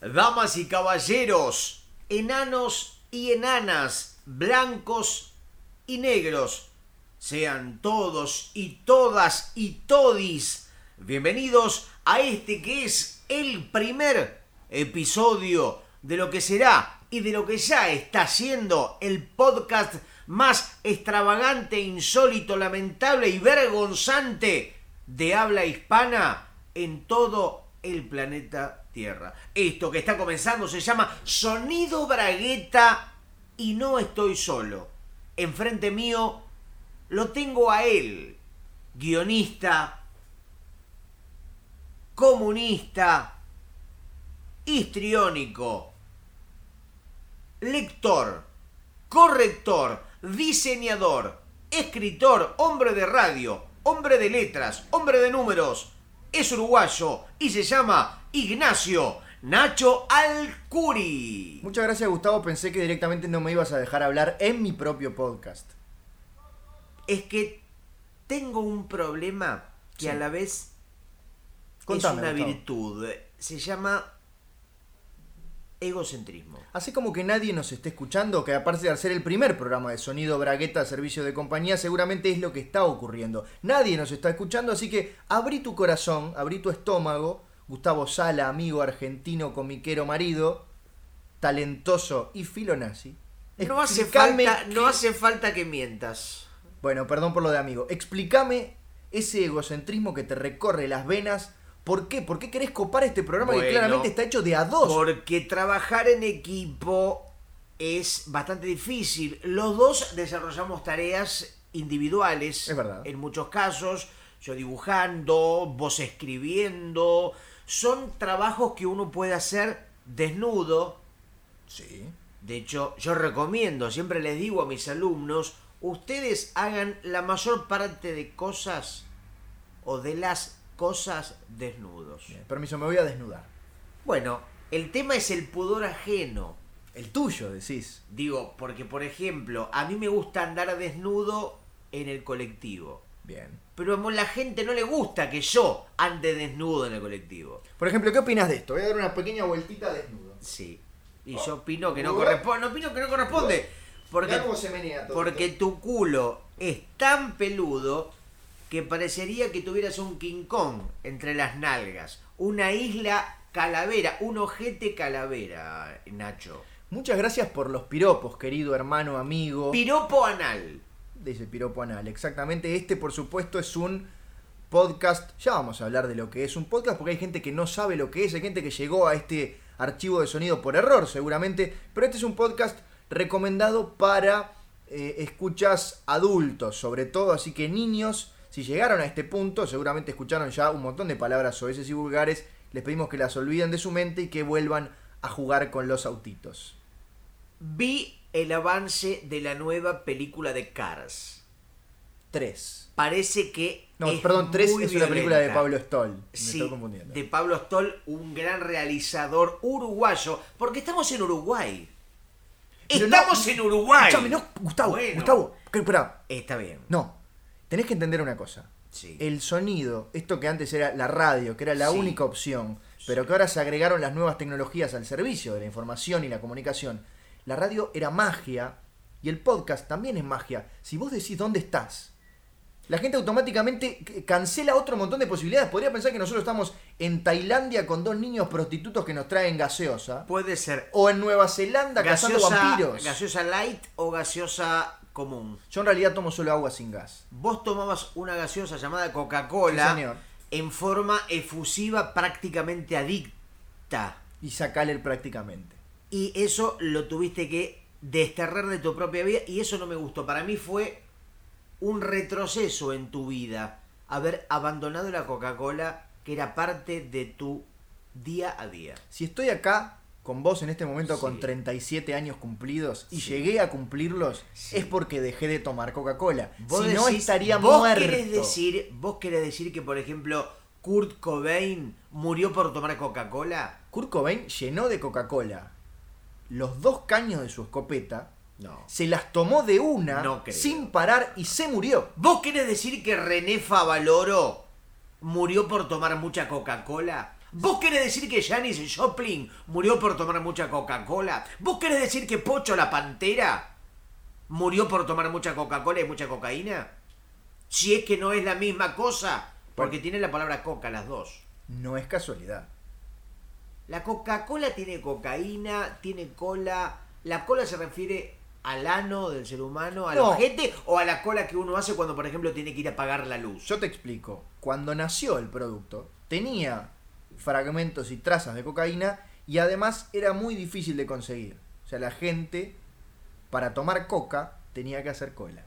Damas y caballeros, enanos y enanas, blancos y negros, sean todos y todas y todis bienvenidos a este que es el primer episodio de lo que será y de lo que ya está siendo el podcast más extravagante, insólito, lamentable y vergonzante de habla hispana en todo el planeta Tierra. Esto que está comenzando se llama Sonido Bragueta y no estoy solo. Enfrente mío lo tengo a él, guionista, comunista, histriónico, lector, corrector, diseñador, escritor, hombre de radio, hombre de letras, hombre de números, es uruguayo y se llama Ignacio Nacho Alcuri. Muchas gracias Gustavo, pensé que directamente no me ibas a dejar hablar en mi propio podcast. Es que tengo un problema que a la vez Contame, es una Gustavo. virtud. Se llama egocentrismo. Así como que nadie nos esté escuchando, que aparte de ser el primer programa de sonido bragueta servicio de compañía, seguramente es lo que está ocurriendo. Nadie nos está escuchando, así que abrí tu corazón, abrí tu estómago. Gustavo Sala, amigo argentino, comiquero marido, talentoso y filonazi. No hace, Explicame falta, no qué- hace falta que mientas. Bueno, perdón por lo de amigo. Explícame ese egocentrismo que te recorre las venas. ¿Por qué? ¿Por qué querés copar este programa que Bueno. claramente está hecho de a dos? Porque trabajar en equipo es bastante difícil. Los dos desarrollamos tareas individuales. Es verdad. En muchos casos, yo dibujando, vos escribiendo. Son trabajos que uno puede hacer desnudo. Sí. De hecho, yo recomiendo, siempre les digo a mis alumnos, ustedes hagan la mayor parte de cosas o de las cosas desnudos. Bien, Permiso, me voy a desnudar. Bueno, el tema es el pudor ajeno. El tuyo, decís. Digo, porque por ejemplo, a mí me gusta andar desnudo en el colectivo. Bien. Pero a la gente no le gusta que yo ande desnudo en el colectivo. Por ejemplo, ¿qué opinas de esto? Voy a dar una pequeña vueltita desnudo. Sí. Y yo opino que no Ué. corresponde. opino que no corresponde. Porque, Mirá cómo se menea todo porque esto. tu culo es tan peludo que parecería que tuvieras un King Kong entre las nalgas. Una isla calavera, un ojete calavera, Nacho. Muchas gracias por los piropos, querido hermano, amigo. Piropo anal. Dice piropo anal. Exactamente. Este, por supuesto, es un podcast. Ya vamos a hablar de lo que es un podcast, porque hay gente que no sabe lo que es, hay gente que llegó a este archivo de sonido por error, seguramente. Pero este es un podcast recomendado para eh, escuchas adultos, sobre todo. Así que niños, si llegaron a este punto, seguramente escucharon ya un montón de palabras soeces y vulgares. Les pedimos que las olviden de su mente y que vuelvan a jugar con los autitos. Vi el avance de la nueva película de Cars. Tres. Parece que. No, es perdón, tres es muy una película de violenta. Pablo Stoll. Me Sí, estoy confundiendo. de Pablo Stoll, un gran realizador uruguayo, porque estamos en Uruguay. Pero no- estamos en Uruguay. Escuchame, no, Gustavo, Bueno, Gustavo, que- esperá. Está bien. No, tenés que entender una cosa. Sí. El sonido, esto que antes era la radio, que era la Sí. única opción, pero que ahora se agregaron las nuevas tecnologías al servicio de la información y la comunicación. La radio era magia y el podcast también es magia. Si vos decís dónde estás, la gente automáticamente c- cancela otro montón de posibilidades. Podría pensar que nosotros estamos en Tailandia con dos niños prostitutos que nos traen gaseosa. Puede ser O en Nueva Zelanda cazando gaseosa, vampiros. gaseosa light o gaseosa común. Yo en realidad tomo solo agua sin gas. Vos tomabas una gaseosa llamada Sí, Coca-Cola señor. en forma efusiva, prácticamente adicta. Y sacale el prácticamente. Y eso lo tuviste que desterrar de tu propia vida y eso no me gustó. Para mí fue un retroceso en tu vida haber abandonado la Coca-Cola que era parte de tu día a día. Si estoy acá con vos en este momento con Sí. 37 años cumplidos y Sí. llegué a cumplirlos, Sí. es porque dejé de tomar Coca-Cola. Vos Si no decís- estaría vos muerto. Querés decir, vos querés decir que, por ejemplo, Kurt Cobain murió por tomar Coca-Cola? Kurt Cobain llenó de Coca-Cola los dos caños de su escopeta, No. se las tomó de una No creo. sin parar y se murió. ¿Vos querés decir que René Favaloro murió por tomar mucha Coca-Cola? ¿Vos querés decir que Janis Joplin murió por tomar mucha Coca-Cola? ¿Vos querés decir que Pocho la Pantera murió por tomar mucha Coca-Cola y mucha cocaína? Si es que no es la misma cosa, porque Bueno. tiene la palabra coca las dos. No es casualidad. La Coca-Cola tiene cocaína, tiene cola. ¿La cola se refiere al ano del ser humano, a No. la gente o a la cola que uno hace cuando, por ejemplo, tiene que ir a pagar la luz? Yo te explico. Cuando nació el producto, tenía fragmentos y trazas de cocaína y además era muy difícil de conseguir. O sea, la gente, para tomar coca, tenía que hacer cola.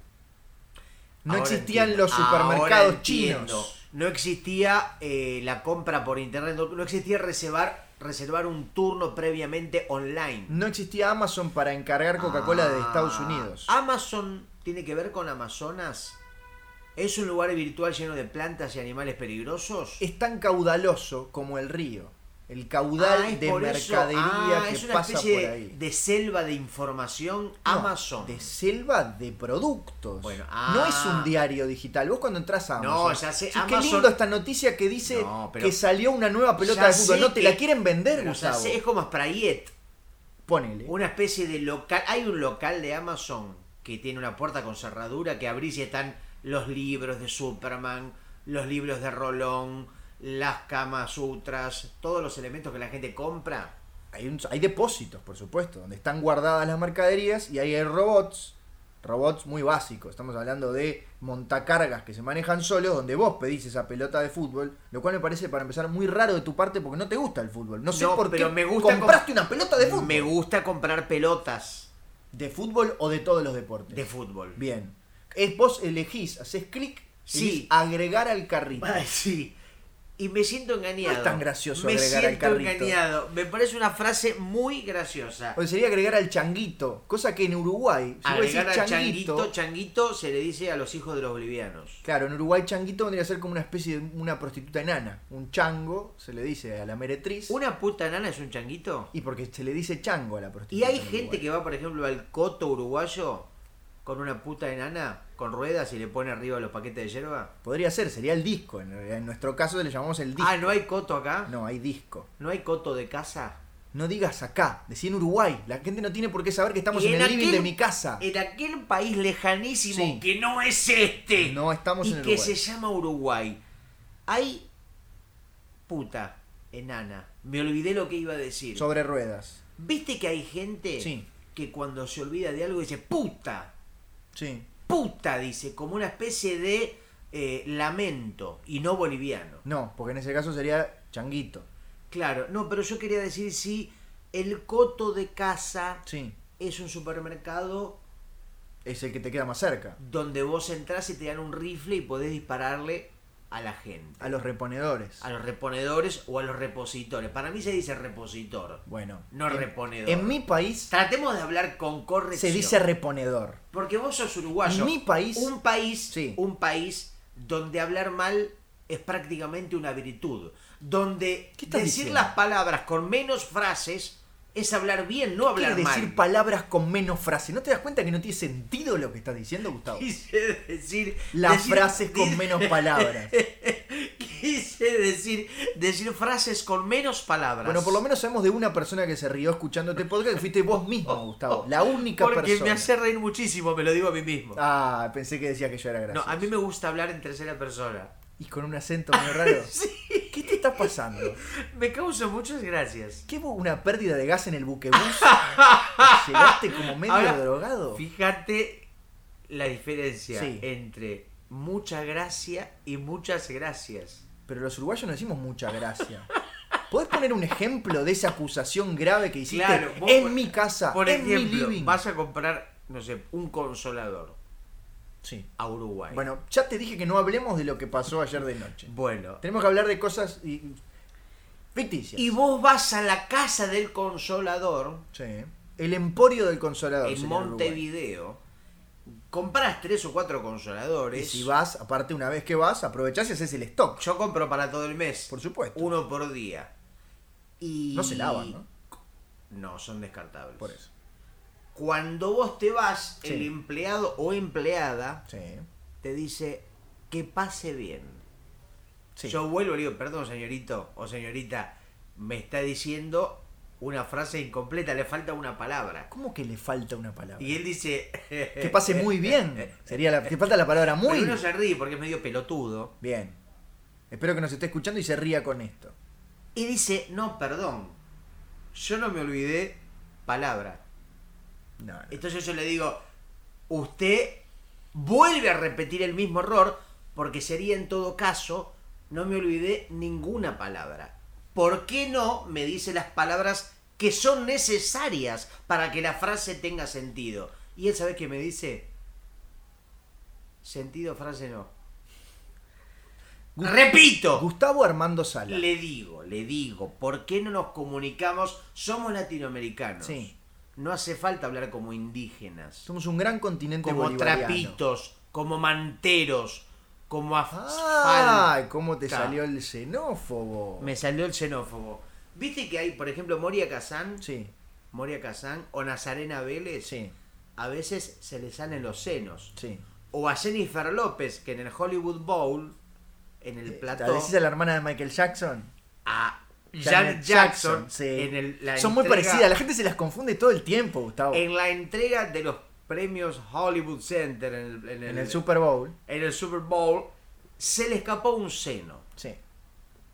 No Ahora existían entiendo. los Ahora supermercados entiendo. chinos. No existía eh, la compra por internet, no, no existía reservar, reservar un turno previamente online. No existía Amazon para encargar Coca-Cola de Ah, Estados Unidos. Amazon tiene que ver con Amazonas. ¿Es un lugar virtual lleno de plantas y animales peligrosos? Es tan caudaloso como el río. El caudal Ah, es de por eso. mercadería Ah, que es una pasa por especie de- ahí. De, selva de información No, Amazon. De selva de productos. Bueno, No ah. es un diario digital. Vos cuando entras a Amazon. No, ya sé, decís, Qué Amazon- lindo esta noticia que dice No, pero- que salió una nueva pelota Ya de fútbol. sé No te que- la quieren vender, Pero, o sea, Gustavo. es como Sprayet. Ponele. Una especie de local. Hay un local de Amazon que tiene una puerta con cerradura que abrís y están los libros de Superman, los libros de Rolón, las camas sutras, todos los elementos que la gente compra. Hay, un- hay depósitos, por supuesto, donde están guardadas las mercaderías y ahí hay robots. Robots muy básicos. Estamos hablando de montacargas que se manejan solos, donde vos pedís esa pelota de fútbol, lo cual me parece para empezar muy raro de tu parte porque no te gusta el fútbol. No sé No, por pero qué me gusta compraste com- una pelota de fútbol. Me gusta comprar pelotas ¿De fútbol o de todos los deportes? de fútbol. Bien. Es, vos elegís, haces clic, Sí. sí. agregar al carrito. Ay, sí. Y me siento engañado. No es tan gracioso Me agregar al siento carrito. engañado. Me parece una frase muy graciosa. O sea, sería agregar al changuito, cosa que en Uruguay, si vos decís Agregar al changuito, changuito se le dice a los hijos de los bolivianos. Claro, en Uruguay changuito vendría a ser como una especie de una prostituta enana. Un chango, se le dice a la meretriz. ¿Una puta nana es un changuito? Y porque se le dice chango a la Y prostituta. hay en gente Uruguay. que va, por ejemplo, al coto uruguayo con una puta enana con ruedas y le pone arriba los paquetes de hierba. Podría ser, sería el disco. En, realidad, en nuestro caso le llamamos el disco. Ah, ¿no hay coto acá? No, hay disco. ¿No hay coto de casa? No digas acá, decí en Uruguay. La gente no tiene por qué saber que estamos Y en, en el living aquel- de mi casa. En aquel país lejanísimo Ah. Sí. que no es este. No estamos y en que Uruguay. se llama Uruguay. Hay puta enana. Me olvidé lo que iba a decir. Sobre ruedas. ¿Viste que hay gente Sí. que cuando se olvida de algo dice puta? Sí. Puta, dice, como una especie de eh, lamento y no boliviano. No, porque en ese caso sería changuito. Claro, no, pero yo quería decir si el coto de casa Sí. es un supermercado Es el que te queda más cerca. donde vos entrás y te dan un rifle y podés dispararle a la gente, A los reponedores. a los reponedores o a los repositores. Para mí se dice repositor, Bueno. no en, reponedor. En mi país Tratemos de hablar con se corrección. dice reponedor. porque vos sos uruguayo. En mi país- un país, Sí. un país donde hablar mal es prácticamente una virtud, donde ¿Qué estás decir diciendo? las palabras con menos frases es hablar bien, no hablar Quiere decir mal. palabras con menos frase. ¿No te das cuenta que no tiene sentido lo que estás diciendo, Gustavo? Quise decir Las decir- frases con di- menos palabras. Quise decir decir frases con menos palabras. Bueno, por lo menos sabemos de una persona que se rió escuchando este podcast, que fuiste vos mismo, Gustavo. La única Oh, porque persona. me hace reír muchísimo, me lo digo a mí mismo. Ah, pensé que decía que yo era no, gracioso. a mí me gusta hablar en tercera persona. Y con un acento muy raro. ¿Qué te está pasando? Me causa muchas gracias. ¿Qué hubo una pérdida de gas en el buquebús? ¿Llegaste como medio Ahora, drogado? Fíjate la diferencia Sí. entre mucha gracia y muchas gracias. Pero los uruguayos no decimos mucha gracia. ¿Podés poner un ejemplo de esa acusación grave que hiciste Claro, vos en por- mi casa, Por Ah, en mi ejemplo, living? vas a comprar, no sé, un consolador Sí. a Uruguay. Bueno, ya te dije que no hablemos de lo que pasó ayer de noche. bueno Tenemos que hablar de cosas y- ficticias. Y vos vas a la casa del consolador Sí. El emporio del consolador. en señor Montevideo, compras tres o cuatro Uruguay. Y consoladores. si vas, aparte una vez que vas, aprovechás y haces el stock. Yo compro para todo el mes, Por supuesto. uno por día. Y No se lavan, ¿no? No, son descartables. Por eso. Cuando vos te vas, Sí. el empleado o empleada Sí. te dice que pase bien. Sí. Yo vuelvo y le digo, perdón señorito o señorita, me está diciendo una frase incompleta, le falta una palabra. ¿Cómo que le falta una palabra? Eh, Y él dice... Que pase muy bien. eh, Sería la, que falta la palabra muy. Pero uno se ríe porque es medio pelotudo. Bien. Espero que nos esté escuchando y se ría con esto. Y dice, no, perdón, yo no me olvidé palabra. No, no. Entonces yo le digo, usted vuelve a repetir el mismo error porque sería en todo caso, no me olvidé ninguna palabra. ¿Por qué no me dice las palabras que son necesarias para que la frase tenga sentido? Y él sabe que me dice, sentido frase no. Gu- Repito. Gustavo Armando Sala. Le digo, le digo, ¿por qué no nos comunicamos? Somos latinoamericanos. Sí. No hace falta hablar como indígenas, Somos un gran continente como bolivariano. trapitos, como manteros, como ¡Ay! asfalto. ¿Cómo te Ca- salió el xenófobo? Me salió el xenófobo. ¿Viste que hay, por ejemplo, Moria Kazán? Sí, Moria Kazán o Nazarena Vélez. sí, A veces se le salen los senos. sí. O a Jennifer López, que en el Hollywood Bowl, en el ¿Te plató, decís Eh, a la hermana de Michael Jackson? a Janet Jackson, sí. en el, la Son muy entrega- parecidas, la gente se las confunde todo el tiempo, Gustavo. En, En la entrega de los premios Hollywood Center, en el, en el- el Super Bowl. en el Super Bowl, se le escapó un seno. Sí.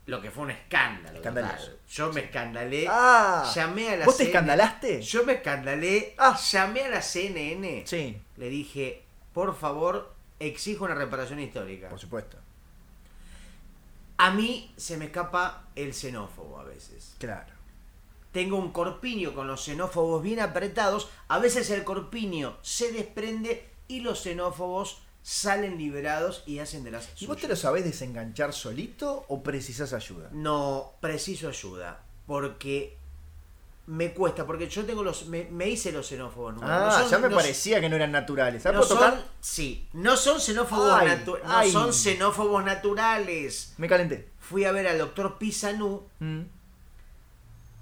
Lo que fue un escándalo. Escandaloso. total. Yo me escandalé. Ah. llamé a la ¿Vos te CNN. escandalaste? Yo me escandalé. Ah. Llamé a la CNN. Sí, Le dije, por favor, exijo una reparación histórica. por supuesto. A mí se me escapa el xenófobo a veces. Claro. Tengo un corpiño con los xenófobos bien apretados. A veces el corpiño se desprende y los xenófobos salen liberados y hacen de las ¿Y vos te suyas. lo sabés desenganchar solito o precisas ayuda? No, preciso ayuda. Porque me cuesta. Porque yo tengo los. Me, me hice los xenófobos. ¿no? Ah, No son- ya me no- parecía que no eran naturales. ¿Sabes No por tocar? son, sí, no son xenófobos Ay, natu- no ay. son xenófobos naturales. Me calenté. Fui a ver al doctor Pisanú Mm.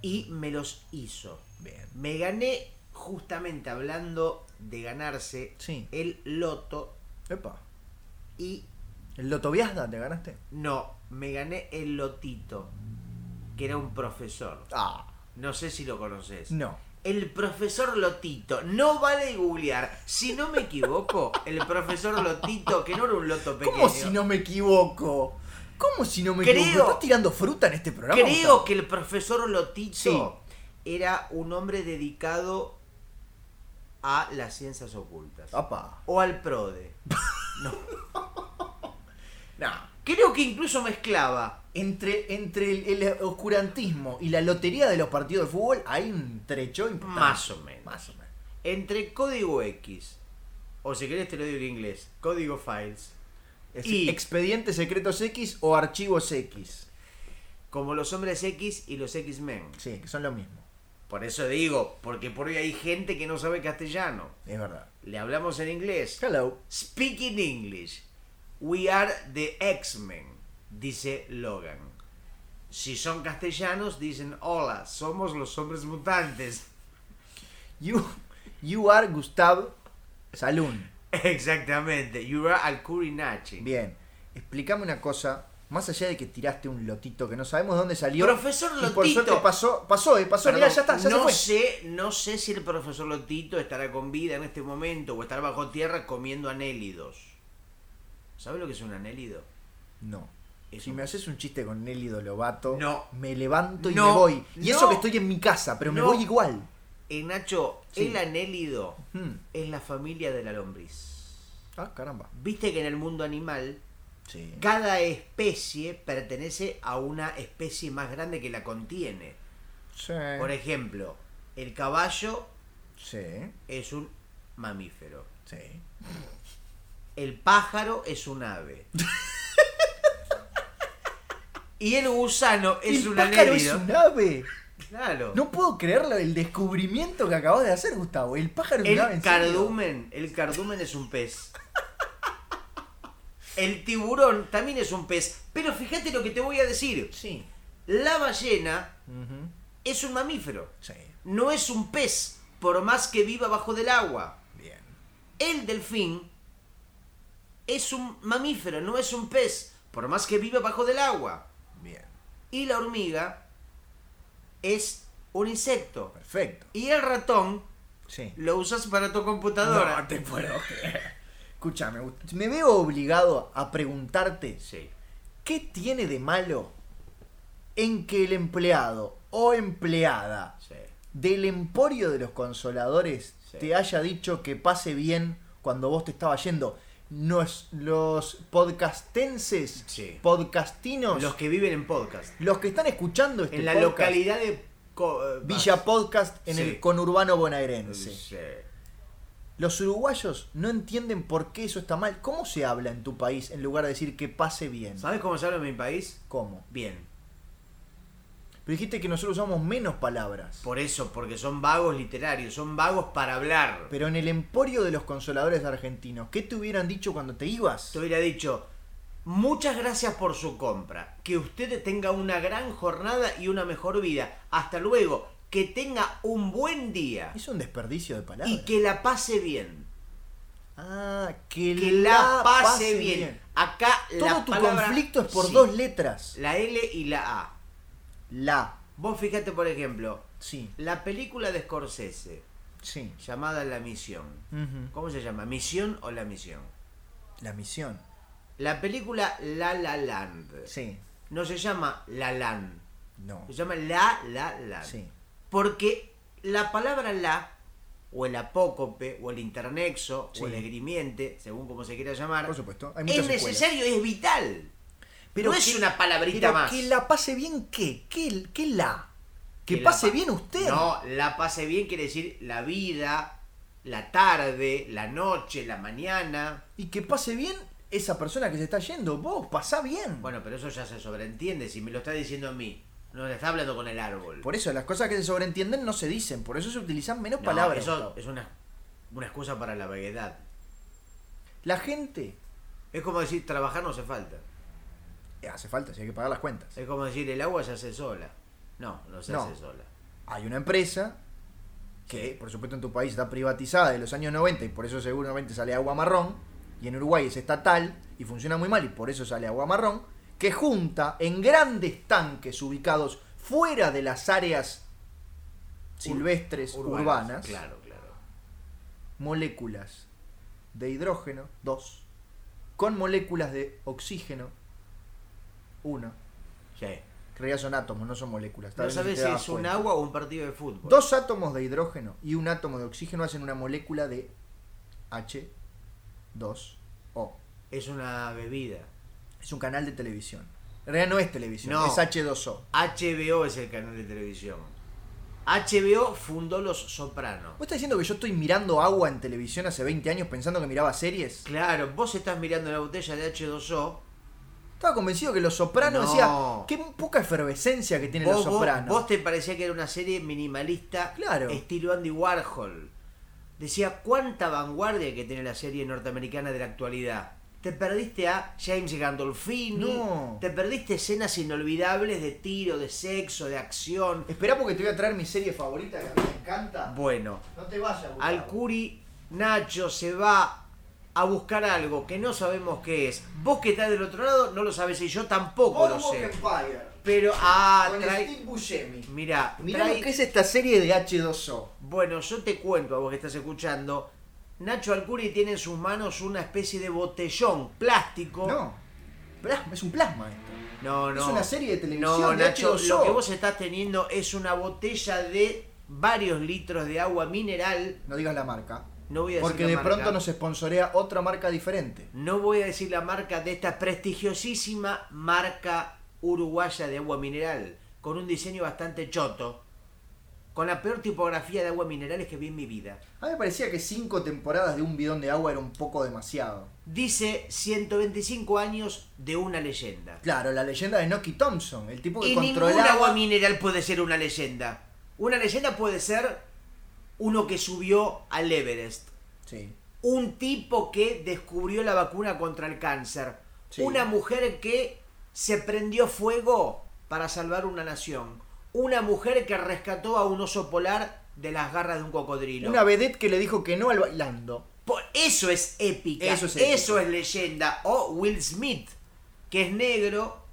y me los hizo. Bien. Me gané, justamente hablando de ganarse, Sí. el loto Epa. y ¿El Lotoviasda te ganaste? no, me gané el lotito, que era un profesor. Ah. No sé si lo conoces. No. El profesor Lotito, no vale googlear. Si no me equivoco, el profesor Lotito, que no era un loto pequeño. ¿Cómo si no me equivoco? ¿Cómo si no me Creo- equivoco? ¿Estás tirando fruta en este programa? Creo Gustavo? que el profesor Lotito Sí. era un hombre dedicado a las ciencias ocultas. Apa. O al PRODE. Nah. Creo que incluso mezclaba. Entre, entre el, el oscurantismo y la lotería de los partidos de fútbol hay un trecho importante. Más o menos. Más o menos. Entre código X, o si querés te lo digo en inglés, código files, Es Y- Expedientes secretos X o archivos X. como los hombres X y los X-Men. Sí, que son lo mismo. Por eso digo, porque por hoy hay gente que no sabe castellano. Es verdad. Le hablamos en inglés. Hello. Speaking English, we are the X-Men, dice Logan. Si son castellanos, dicen hola, somos los hombres mutantes. You, you are Gustav Salun. Exactamente, you are al Curinachi. Bien. Explícame una cosa. Más allá de que tiraste un lotito que no sabemos dónde salió. Profesor y por suerte Lotito. pasó, pasó, eh, pasó. Perdón, mirá, ya está, ya se no fue. sé, no sé si el profesor Lotito estará con vida en este momento o estará bajo tierra comiendo anélidos. ¿Sabes lo que es un anélido? No. Es si un- me haces un chiste con Nelly Dolovato, No. me levanto y No, me voy. Y eso no. que estoy en mi casa, pero me No. voy igual. Eh, Nacho, Sí. el anélido Hmm. es la familia de la lombriz. Ah, caramba. Viste que en el mundo animal Sí. cada especie pertenece a una especie más grande que la contiene. Sí. Por ejemplo, el caballo Sí. es un mamífero. Sí. El pájaro es un ave. y el gusano es El un pájaro anélido. es un ave. Claro. No puedo creerlo, el descubrimiento que acabas de hacer, Gustavo. El pájaro es un ave. el ¿en serio? cardumen, el cardumen es un pez. El tiburón también es un pez. Pero fíjate lo que te voy a decir. Sí. La ballena Ujú. es un mamífero. Sí. no es un pez, por más que viva bajo del agua. Bien. El delfín es un mamífero, no es un pez, por más que viva bajo del agua. Bien, Y la hormiga es un insecto. perfecto. Y el ratón Sí. lo usas para tu computadora. No te puedo creer. Escúchame, Agustín, me veo obligado a preguntarte Sí. qué tiene de malo en que el empleado o empleada Sí. del emporio de los consoladores Sí. te haya dicho que pase bien cuando vos te estaba yendo. Nos- los podcastenses, Sí. podcastinos, Los que viven en podcast. los que están escuchando este En la podcast, localidad de Co- eh, Villa Podcast en Sí. el conurbano Vas- bonaerense. Sí. Los uruguayos no entienden por qué eso está mal. ¿Cómo se habla en tu país en lugar de decir que pase bien? ¿Sabes cómo se habla en mi país? ¿Cómo? Bien. Pero dijiste que nosotros usamos menos palabras. Por eso, porque son vagos literarios, son vagos para hablar. Pero en el emporio de los consoladores argentinos, ¿qué te hubieran dicho cuando te ibas? Te hubiera dicho, muchas gracias por su compra, que usted tenga una gran jornada y una mejor vida. Hasta luego, que tenga un buen día Es un desperdicio de palabras. y que la pase bien. Ah, que, Que la pase bien. Acá Todo la tu palabra- conflicto es por Sí, dos letras. La L y la A. La. Vos fíjate, por ejemplo, Sí, la película de Scorsese, sí. llamada La Misión. Ujú. ¿Cómo se llama? ¿Misión o La Misión? La misión. La película La La Land. Sí. No se llama La Land. No. Se llama La La Land. Sí. Porque la palabra la, o el apócope, o el internexo, Sí. o el esgrimiente, según como se quiera llamar, Por supuesto. Hay es muchas escuelas. necesario y es vital. Pero no es que- una palabrita pero más. Que la pase bien, ¿qué? ¿Qué, qué la? Que, Que la pase pa- bien usted. No, la pase bien quiere decir la vida, la tarde, la noche, la mañana. Y que pase bien esa persona que se está yendo. Vos, pasá bien. Bueno, pero eso ya se sobreentiende. Si me lo está diciendo a mí, no le está hablando con el árbol. por eso, las cosas que se sobreentienden no se dicen. Por eso se utilizan menos No, palabras. Eso Gustavo. es una, una excusa para la vaguedad. La gente. Es como decir, trabajar no hace falta. eh, hace falta, si hay que pagar las cuentas. Es como decir, el agua se hace sola. No, no se No. hace sola. Hay una empresa que, por supuesto, en tu país está privatizada de los años 90 y por eso seguramente sale agua marrón. Y en Uruguay es estatal y funciona muy mal y por eso sale agua marrón. Que junta en grandes tanques ubicados fuera de las áreas silvestres urbanas, Claro, claro. moléculas de hidrógeno, 2, con moléculas de oxígeno, 1. Sí. Que en realidad son átomos, no son moléculas. Tal No vez se sabes te si daba es un cuenta. agua o un partido de fútbol. Dos átomos de hidrógeno y un átomo de oxígeno hacen una molécula de H2O. Es una bebida. Es un canal de televisión. En realidad no es televisión, No. es H2O. HBO es el canal de televisión. HBO fundó Los Sopranos. ¿Vos estás diciendo que yo estoy mirando agua en televisión hace 20 años pensando que miraba series? Claro, vos estás mirando la botella de H2O. Estaba convencido que Los Sopranos No. decía, qué poca efervescencia que tiene Vos, Los vos- Sopranos. vos te parecía que era una serie minimalista, Claro. estilo Andy Warhol. Decía, ¿cuánta vanguardia que tiene la serie norteamericana de la actualidad? Te perdiste a James Gandolfini, No. te perdiste escenas inolvidables de tiro, de sexo, de acción. Esperá porque te voy a traer mi serie favorita que a mí me encanta. Bueno, No te vayas, al Gustavo. Curi Nacho se va a buscar algo que no sabemos qué es. Vos que estás del otro lado no lo sabés y yo tampoco lo Boardwalk sé. Empire, Pero, ah, con trae... Steve Buscemi. Mirá, Mirá trae- lo que es esta serie de H2O. Bueno, yo te cuento a vos que estás escuchando. Nacho Alcuri tiene en sus manos una especie de botellón plástico. No. Plasma, es un plasma esto. no, no. Es una serie de televisión. No, de Nacho, H2O. lo que vos estás teniendo es una botella de varios litros de agua mineral. No digas la marca. No voy a decir Porque la de marca. pronto nos sponsorea otra marca diferente. No voy a decir la marca de esta prestigiosísima marca uruguaya de agua mineral, con un diseño bastante choto, con la peor tipografía de agua minerales que vi en mi vida. A mí me parecía que cinco temporadas de un bidón de agua era un poco demasiado. Dice 125 años de una leyenda. Claro, la leyenda de Noki Thompson, el tipo que Y ningún controlaba. agua mineral puede ser una leyenda. Una leyenda puede ser uno que subió al Everest. Sí. Un tipo que descubrió la vacuna contra el cáncer. Sí. Una mujer que se prendió fuego para salvar una nación. Una mujer que rescató a un oso polar de las garras de un cocodrilo. Una vedette que le dijo que no al bailando. Por- Eso es épica. Eso Eso es es, épica. leyenda. O Will Smith. que es negro,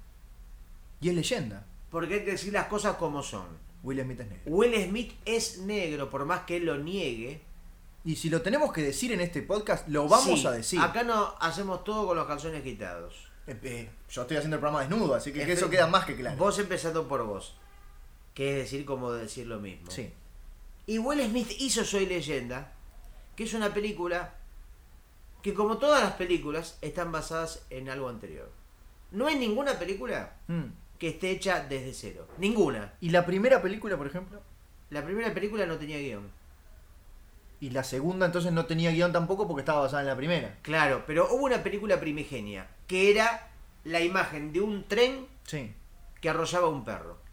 Y es leyenda. porque hay que decir las cosas como son. Will Smith es negro. Will Smith es negro, por más que él lo niegue. Y si lo tenemos que decir en este podcast, lo vamos Sí, a decir. Acá no hacemos todo con los calzones quitados. Eh, eh, yo estoy haciendo el programa desnudo, así que, que eso Espe- queda más que claro. Vos empezando por vos. Que es decir, como decir lo mismo. Sí. Y Will Smith hizo Soy Leyenda, que es una película que como todas las películas están basadas en algo anterior. No hay ninguna película Mm. que esté hecha desde cero. Ninguna. Y la primera película, por ejemplo, La primera película no tenía guión. y la segunda entonces no tenía guión tampoco porque estaba basada en la primera. Claro, pero hubo una película primigenia, que era la imagen de un tren Sí. que arrollaba a un perro.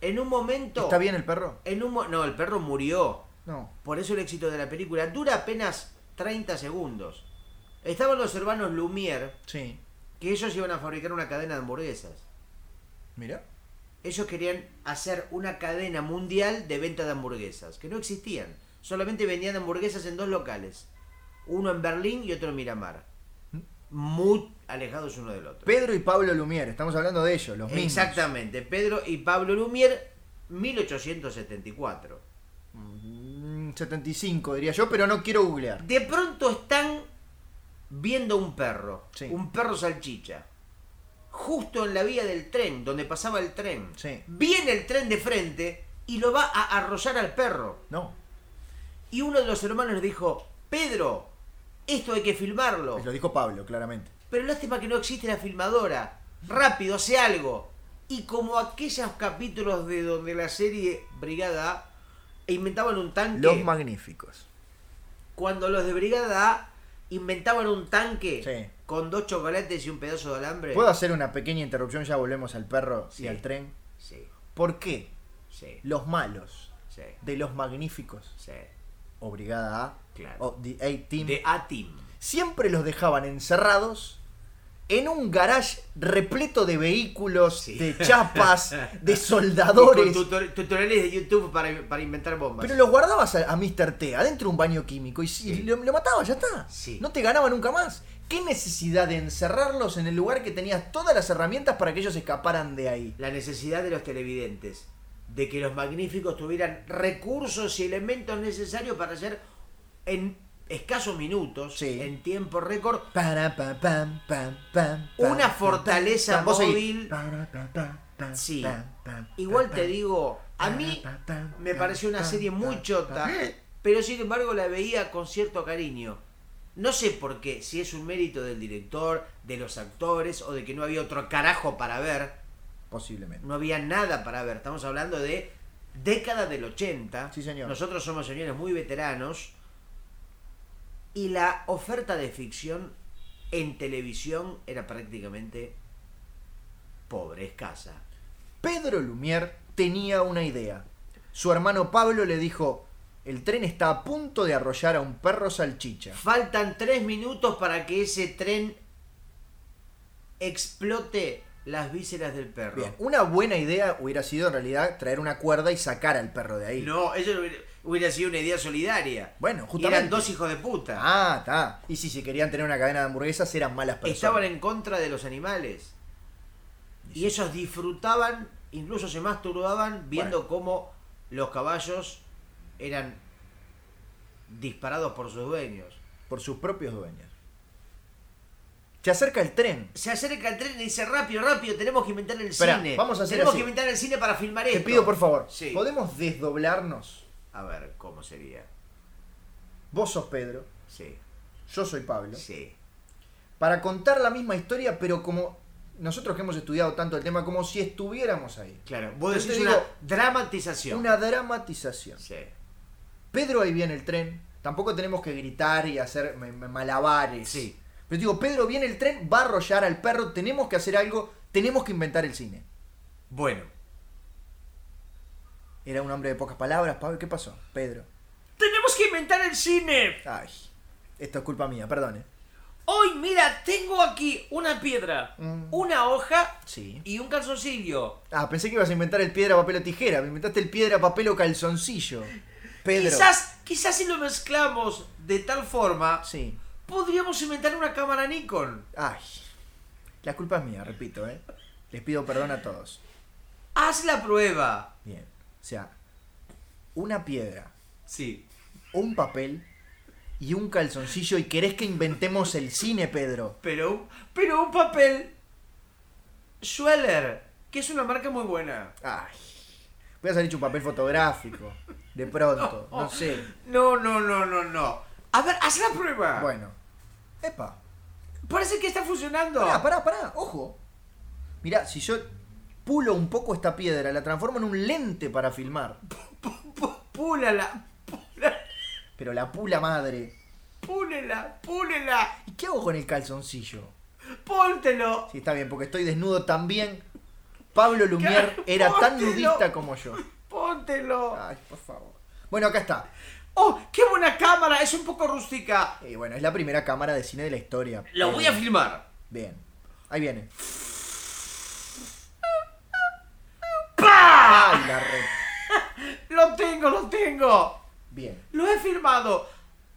En un momento... ¿Está bien el perro? En un, mo- no, el perro murió. No. Por eso el éxito de la película dura apenas 30 segundos. Estaban los hermanos Lumière, Sí. que ellos iban a fabricar una cadena de hamburguesas. Mira. Ellos querían hacer una cadena mundial de venta de hamburguesas, que no existían. Solamente vendían hamburguesas en dos locales. Uno en Berlín y otro en Miramar. Muy alejados uno del otro. Pedro y Pablo Lumière, estamos hablando de ellos, los mismos. Exactamente, Pedro y Pablo Lumière, 1874. Mm, 75 diría yo, pero no quiero googlear. De pronto están viendo un perro, Sí. un perro salchicha, justo en la vía del tren, donde pasaba el tren. Sí. Viene el tren de frente y lo va a arrollar al perro. No. Y uno de los hermanos le dijo, Pedro, esto hay que filmarlo. Lo dijo Pablo, claramente. Pero lástima que no existe la filmadora. Rápido, hace algo. Y como aquellos capítulos de donde la serie Brigada A inventaban un tanque Los magníficos. cuando los de Brigada A inventaban un tanque Sí. con dos chocolates y un pedazo de alambre. ¿Puedo hacer una pequeña interrupción? Ya volvemos al perro y Sí. al tren. Sí, ¿Por qué sí, los malos sí, de los magníficos sí. o Brigada A Claro. o The A-Team De A-Team. siempre los dejaban encerrados en un garage repleto de vehículos, Sí. de chapas, de Con soldadores? tutor- tutoriales de YouTube para, para inventar bombas. Pero los guardabas a, a Mr. T adentro de un baño químico y, si- Sí. lo, lo matabas, ya está. Sí. No te ganaba nunca más. ¿Qué necesidad de encerrarlos en el lugar que tenías todas las herramientas para que ellos escaparan de ahí? La necesidad de los televidentes de que los magníficos tuvieran recursos y elementos necesarios para hacer en escasos minutos, Sí. en tiempo récord, Para, pa, pam, pam, pam, pam, una pam, fortaleza pam. Vos seguí. móvil. Para, pa, pam, pam, Sí. pam, pam, Igual pam, te pam. digo, a mí me pareció una serie muy chota, pero sin embargo la veía con cierto cariño. No sé por qué, si es un mérito del director, de los actores o de que no había otro carajo para ver. Posiblemente. No había nada para ver. Estamos hablando de década del 80. Sí, señor. Nosotros somos señores muy veteranos. Y la oferta de ficción en televisión era prácticamente pobre, escasa. Pedro Lumière tenía una idea. Su hermano Pablo le dijo, el tren está a punto de arrollar a un perro salchicha. Faltan tres minutos para que ese tren explote las vísceras del perro. Bien, una buena idea hubiera sido en realidad traer una cuerda y sacar al perro de ahí. No, eso hubiera, hubiera sido una idea solidaria. Bueno, Y justamente. Eran dos hijos de puta. Ah, está. Y si se querían tener una cadena de hamburguesas eran malas personas. Estaban en contra de los animales. Y ellos disfrutaban, incluso se masturbaban, viendo cómo los caballos eran disparados por sus dueños. Por sus propios dueños. Se acerca el tren. Se acerca el tren y dice, rápido, rápido, tenemos que inventar el Esperá, cine. vamos a hacer tenemos así. que inventar el cine para filmar Te esto. pido por favor, Sí. ¿podemos desdoblarnos? A ver, ¿cómo sería? Vos sos Pedro, Sí, yo soy Pablo. sí. Para contar la misma historia, pero como nosotros que hemos estudiado tanto el tema, como si estuviéramos ahí. Claro, vos Yo te decís digo, una dramatización. Una dramatización. Sí, Pedro ahí viene el tren. Tampoco tenemos que gritar y hacer me- me- malabares. Sí. Pero digo, Pedro viene el tren, va a arrollar al perro, tenemos que hacer algo, tenemos que inventar el cine. bueno. Era un hombre de pocas palabras, Pablo. ¿Qué pasó? Pedro. ¡Tenemos que inventar el cine! Ay, esto es culpa mía, ¿eh? perdone. Hoy, mira, tengo aquí una piedra, Mm. una hoja Sí. y un calzoncillo. Ah, pensé que ibas a inventar el piedra, papel o tijera. Me inventaste el piedra, papel o calzoncillo. Pedro. Quizás, quizás si lo mezclamos de tal forma, Sí. podríamos inventar una cámara Nikon. Ay, La culpa es mía, repito, ¿eh? Les pido perdón a todos. Haz la prueba. Bien. O sea, una piedra, Sí. un papel y un calzoncillo y querés que inventemos el cine, Pedro. Pero, pero un papel. Schweller, que es una marca muy buena. Ay. Voy a salir un papel fotográfico. De pronto, no sé. No, no, no, no, no. A ver, haz la prueba. Bueno. Epa. Parece que está funcionando. Pará, pará, pará, ojo. Mirá, si yo pulo un poco esta piedra, la transformo en un lente para filmar. Pu- pu- Púlala, púlala, Pero la pula madre. púlela, púlela. ¿Y qué hago con el calzoncillo? Póntelo. Sí, está bien, porque estoy desnudo también. Pablo Lumier Claro, era tan póntelo. nudista como yo. Póntelo. Ay, por favor. Bueno, acá está. Oh, qué buena cámara. Es un poco rústica. Y bueno, es la primera cámara de cine de la historia. Lo voy a Bien. filmar. Bien. Ahí viene. ¡Pah! Ay, la re... Lo tengo, lo tengo. Bien. Lo he filmado.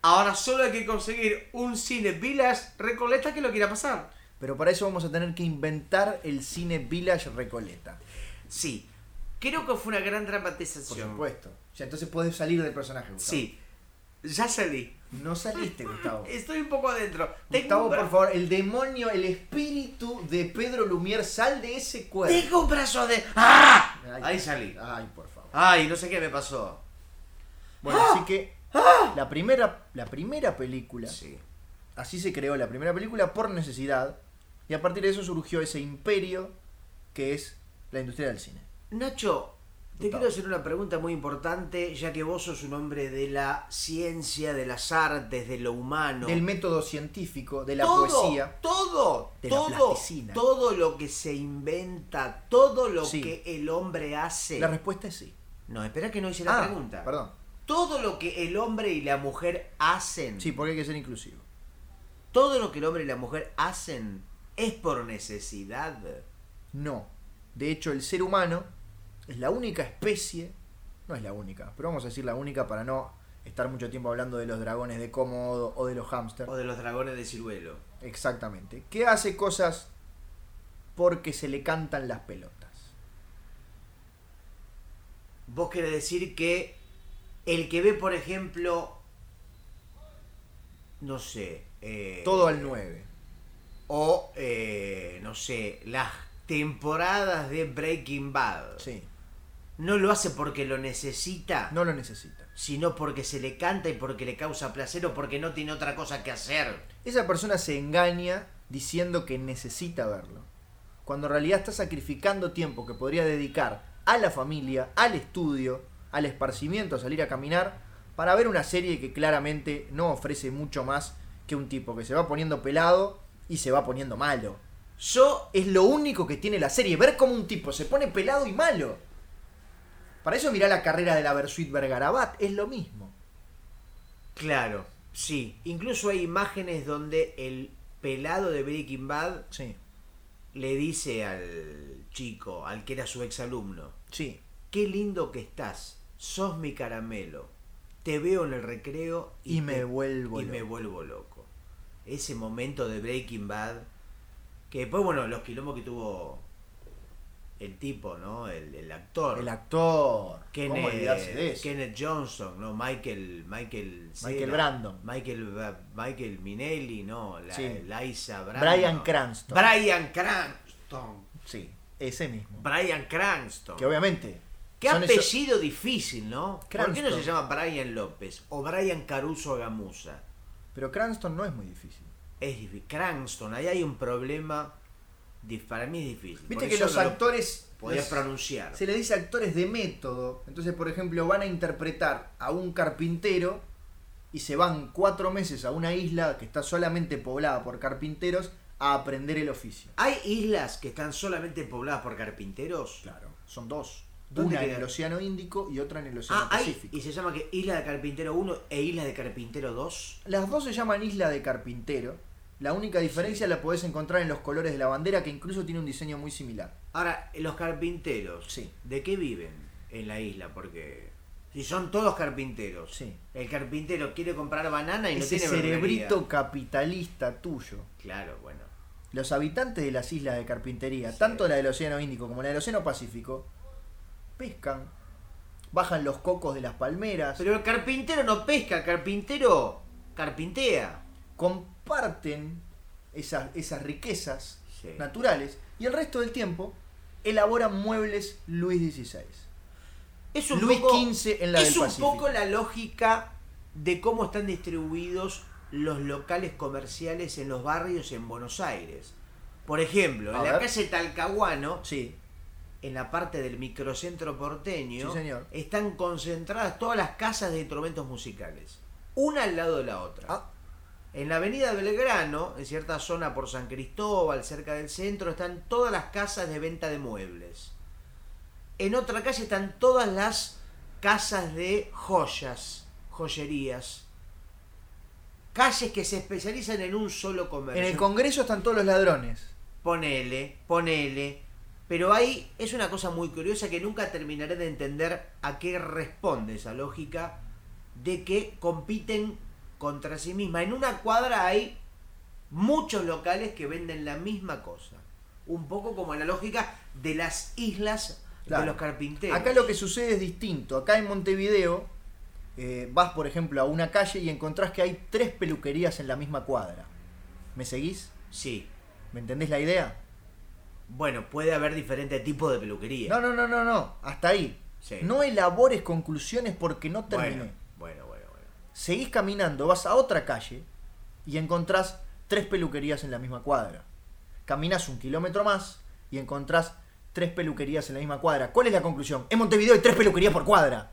Ahora solo hay que conseguir un cine Village Recoleta que lo quiera pasar. Pero para eso vamos a tener que inventar el cine Village Recoleta. Sí, creo que fue una gran Por dramatización. supuesto. O sea, entonces puedes salir del personaje, Gustavo. Sí, ya salí. No saliste, Gustavo. Estoy un poco adentro. Tengo Gustavo, un bra- por favor, el demonio, el espíritu de Pedro Lumier, sal de ese cuerpo. Tengo un brazo de. ¡Ah! Ay, Ahí salí. Ay, por favor. Ay, no sé qué me pasó. Bueno, ¡Ah! así que la primera, la primera película, Sí. así se creó la primera película por necesidad, y a partir de eso surgió ese imperio que es la industria del cine. Nacho, te Gustavo. quiero hacer una pregunta muy importante, ya que vos sos un hombre de la ciencia, de las artes, de lo humano. Del método científico, de la todo, poesía. Todo, de la todo, plasticina. todo lo que se inventa, todo lo Sí. que el hombre hace. La respuesta es sí. No, espera que no hice la Ah, pregunta. Perdón. Todo lo que el hombre y la mujer hacen, Sí, porque hay que ser inclusivo. todo lo que el hombre y la mujer hacen es por necesidad. No. De hecho, el ser humano es la única especie, no es la única, pero vamos a decir la única para no estar mucho tiempo hablando de los dragones de Komodo o de los hámsters. O de los dragones de ciruelo. Exactamente. Que hace cosas porque se le cantan las pelotas. Vos querés decir que el que ve, por ejemplo, no sé, eh, Todo al 9. o eh, no sé, las temporadas de Breaking Bad, Sí. no lo hace porque lo necesita, No lo necesita. sino porque se le canta y porque le causa placer o porque no tiene otra cosa que hacer. Esa persona se engaña diciendo que necesita verlo. Cuando en realidad está sacrificando tiempo que podría dedicar a la familia, al estudio, al esparcimiento, a salir a caminar, para ver una serie que claramente no ofrece mucho más que un tipo que se va poniendo pelado y se va poniendo malo. Yo es lo único que tiene la serie. Ver cómo un tipo se pone pelado y malo. Para eso mirá la carrera de la Versuit Vergarabat. Es lo mismo. Claro, sí. Incluso hay imágenes donde el pelado de Breaking Bad Sí, le dice al chico, al que era su exalumno, sí. qué lindo que estás, sos mi caramelo, te veo en el recreo Y, me te- vuelvo. y me loco. vuelvo loco. Ese momento de Breaking Bad, que después, bueno, los quilombos que tuvo el tipo, ¿no? El, el actor. El actor. ¿Cómo Kenneth, olvidarse de eso? Kenneth Johnson, no Michael Michael Michael Cera, Brandon. Michael Ba- Michael Minelli, no, la, Sí. Liza Brandon. Bryan Cranston. Bryan Cranston. Sí, ese mismo. Bryan Cranston. Que obviamente. Qué son esos- apellido difícil, ¿no? ¿Por qué no Cranston. se llama Bryan López o Bryan Caruso Gamusa? Pero Cranston no es muy difícil. Es difícil. Cranston, ahí hay un problema. dif- Para mí es difícil. Viste porque que yo los no lo actores. Podías los- pronunciar. Se le dice actores de método. Entonces, por ejemplo, van a interpretar a un carpintero y se van cuatro meses a una isla que está solamente poblada por carpinteros a aprender el oficio. ¿Hay islas que están solamente pobladas por carpinteros? Claro. Son dos. ¿Dónde Una en queda? el Océano Índico y otra en el Océano Ah, hay, Pacífico. y se llama que Isla de Carpintero 1 e Isla de Carpintero 2. Las dos se llaman Isla de Carpintero. La única diferencia la podés encontrar en los colores de la bandera, que incluso tiene un diseño muy similar. Ahora, los carpinteros, Sí. ¿de qué viven en la isla? Porque si son todos carpinteros, Sí. el carpintero quiere comprar banana y Ese no tiene verdulería. cerebrito Este capitalista tuyo. Claro, bueno. los habitantes de las islas de carpintería, tanto la del Océano Índico como la del Océano Pacífico, pescan, bajan los cocos de las palmeras, Pero el carpintero no pesca, el carpintero carpintea. comparten esas, esas riquezas Sí. naturales y el resto del tiempo elaboran muebles Luis XVI. Es un Luis poco, XV en la es del un Pacífico. poco la lógica de cómo están distribuidos los locales comerciales en los barrios en Buenos Aires. Por ejemplo, A en la ver. calle Talcahuano, Sí, en la parte del microcentro porteño, Sí, señor. están concentradas todas las casas de instrumentos musicales, una al lado de la otra. Ah, En la avenida Belgrano, en cierta zona por San Cristóbal, cerca del centro, están todas las casas de venta de muebles. En otra calle están todas las casas de joyas, joyerías. Calles que se especializan en un solo comercio. en el Congreso están todos los ladrones. Ponele, ponele. Pero ahí es una cosa muy curiosa que nunca terminaré de entender a qué responde esa lógica de que compiten contra sí misma. En una cuadra hay muchos locales que venden la misma cosa. Un poco como la lógica de las islas Claro. de los carpinteros. Acá lo que sucede es distinto. Acá en Montevideo eh, vas, por ejemplo, a una calle y encontrás que hay tres peluquerías en la misma cuadra. ¿Me seguís? Sí. ¿Me entendés la idea? Bueno, puede haber diferentes tipos de peluquería. No, no, no, no, no. Hasta ahí. Sí. No elabores conclusiones porque no terminé. bueno, bueno, bueno, bueno. Seguís caminando, vas a otra calle y encontrás tres peluquerías en la misma cuadra. Caminás un kilómetro más y encontrás tres peluquerías en la misma cuadra. ¿Cuál es la conclusión? En Montevideo hay tres peluquerías por cuadra.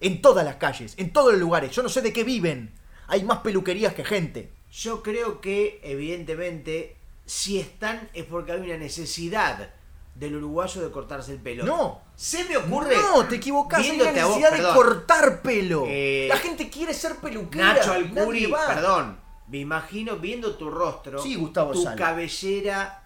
En todas las calles, en todos los lugares. Yo no sé de qué viven. Hay más peluquerías que gente. Yo creo que, evidentemente, si están es porque hay una necesidad del uruguayo de cortarse el pelo. No. Se me ocurre. No, te equivocás. Hay una viéndote a vos, necesidad de perdón, cortar pelo. Eh, la gente quiere ser peluquera. Nacho nadie Alcuri, va. perdón. Me imagino viendo tu rostro, Sí, Gustavo tu Sala. cabellera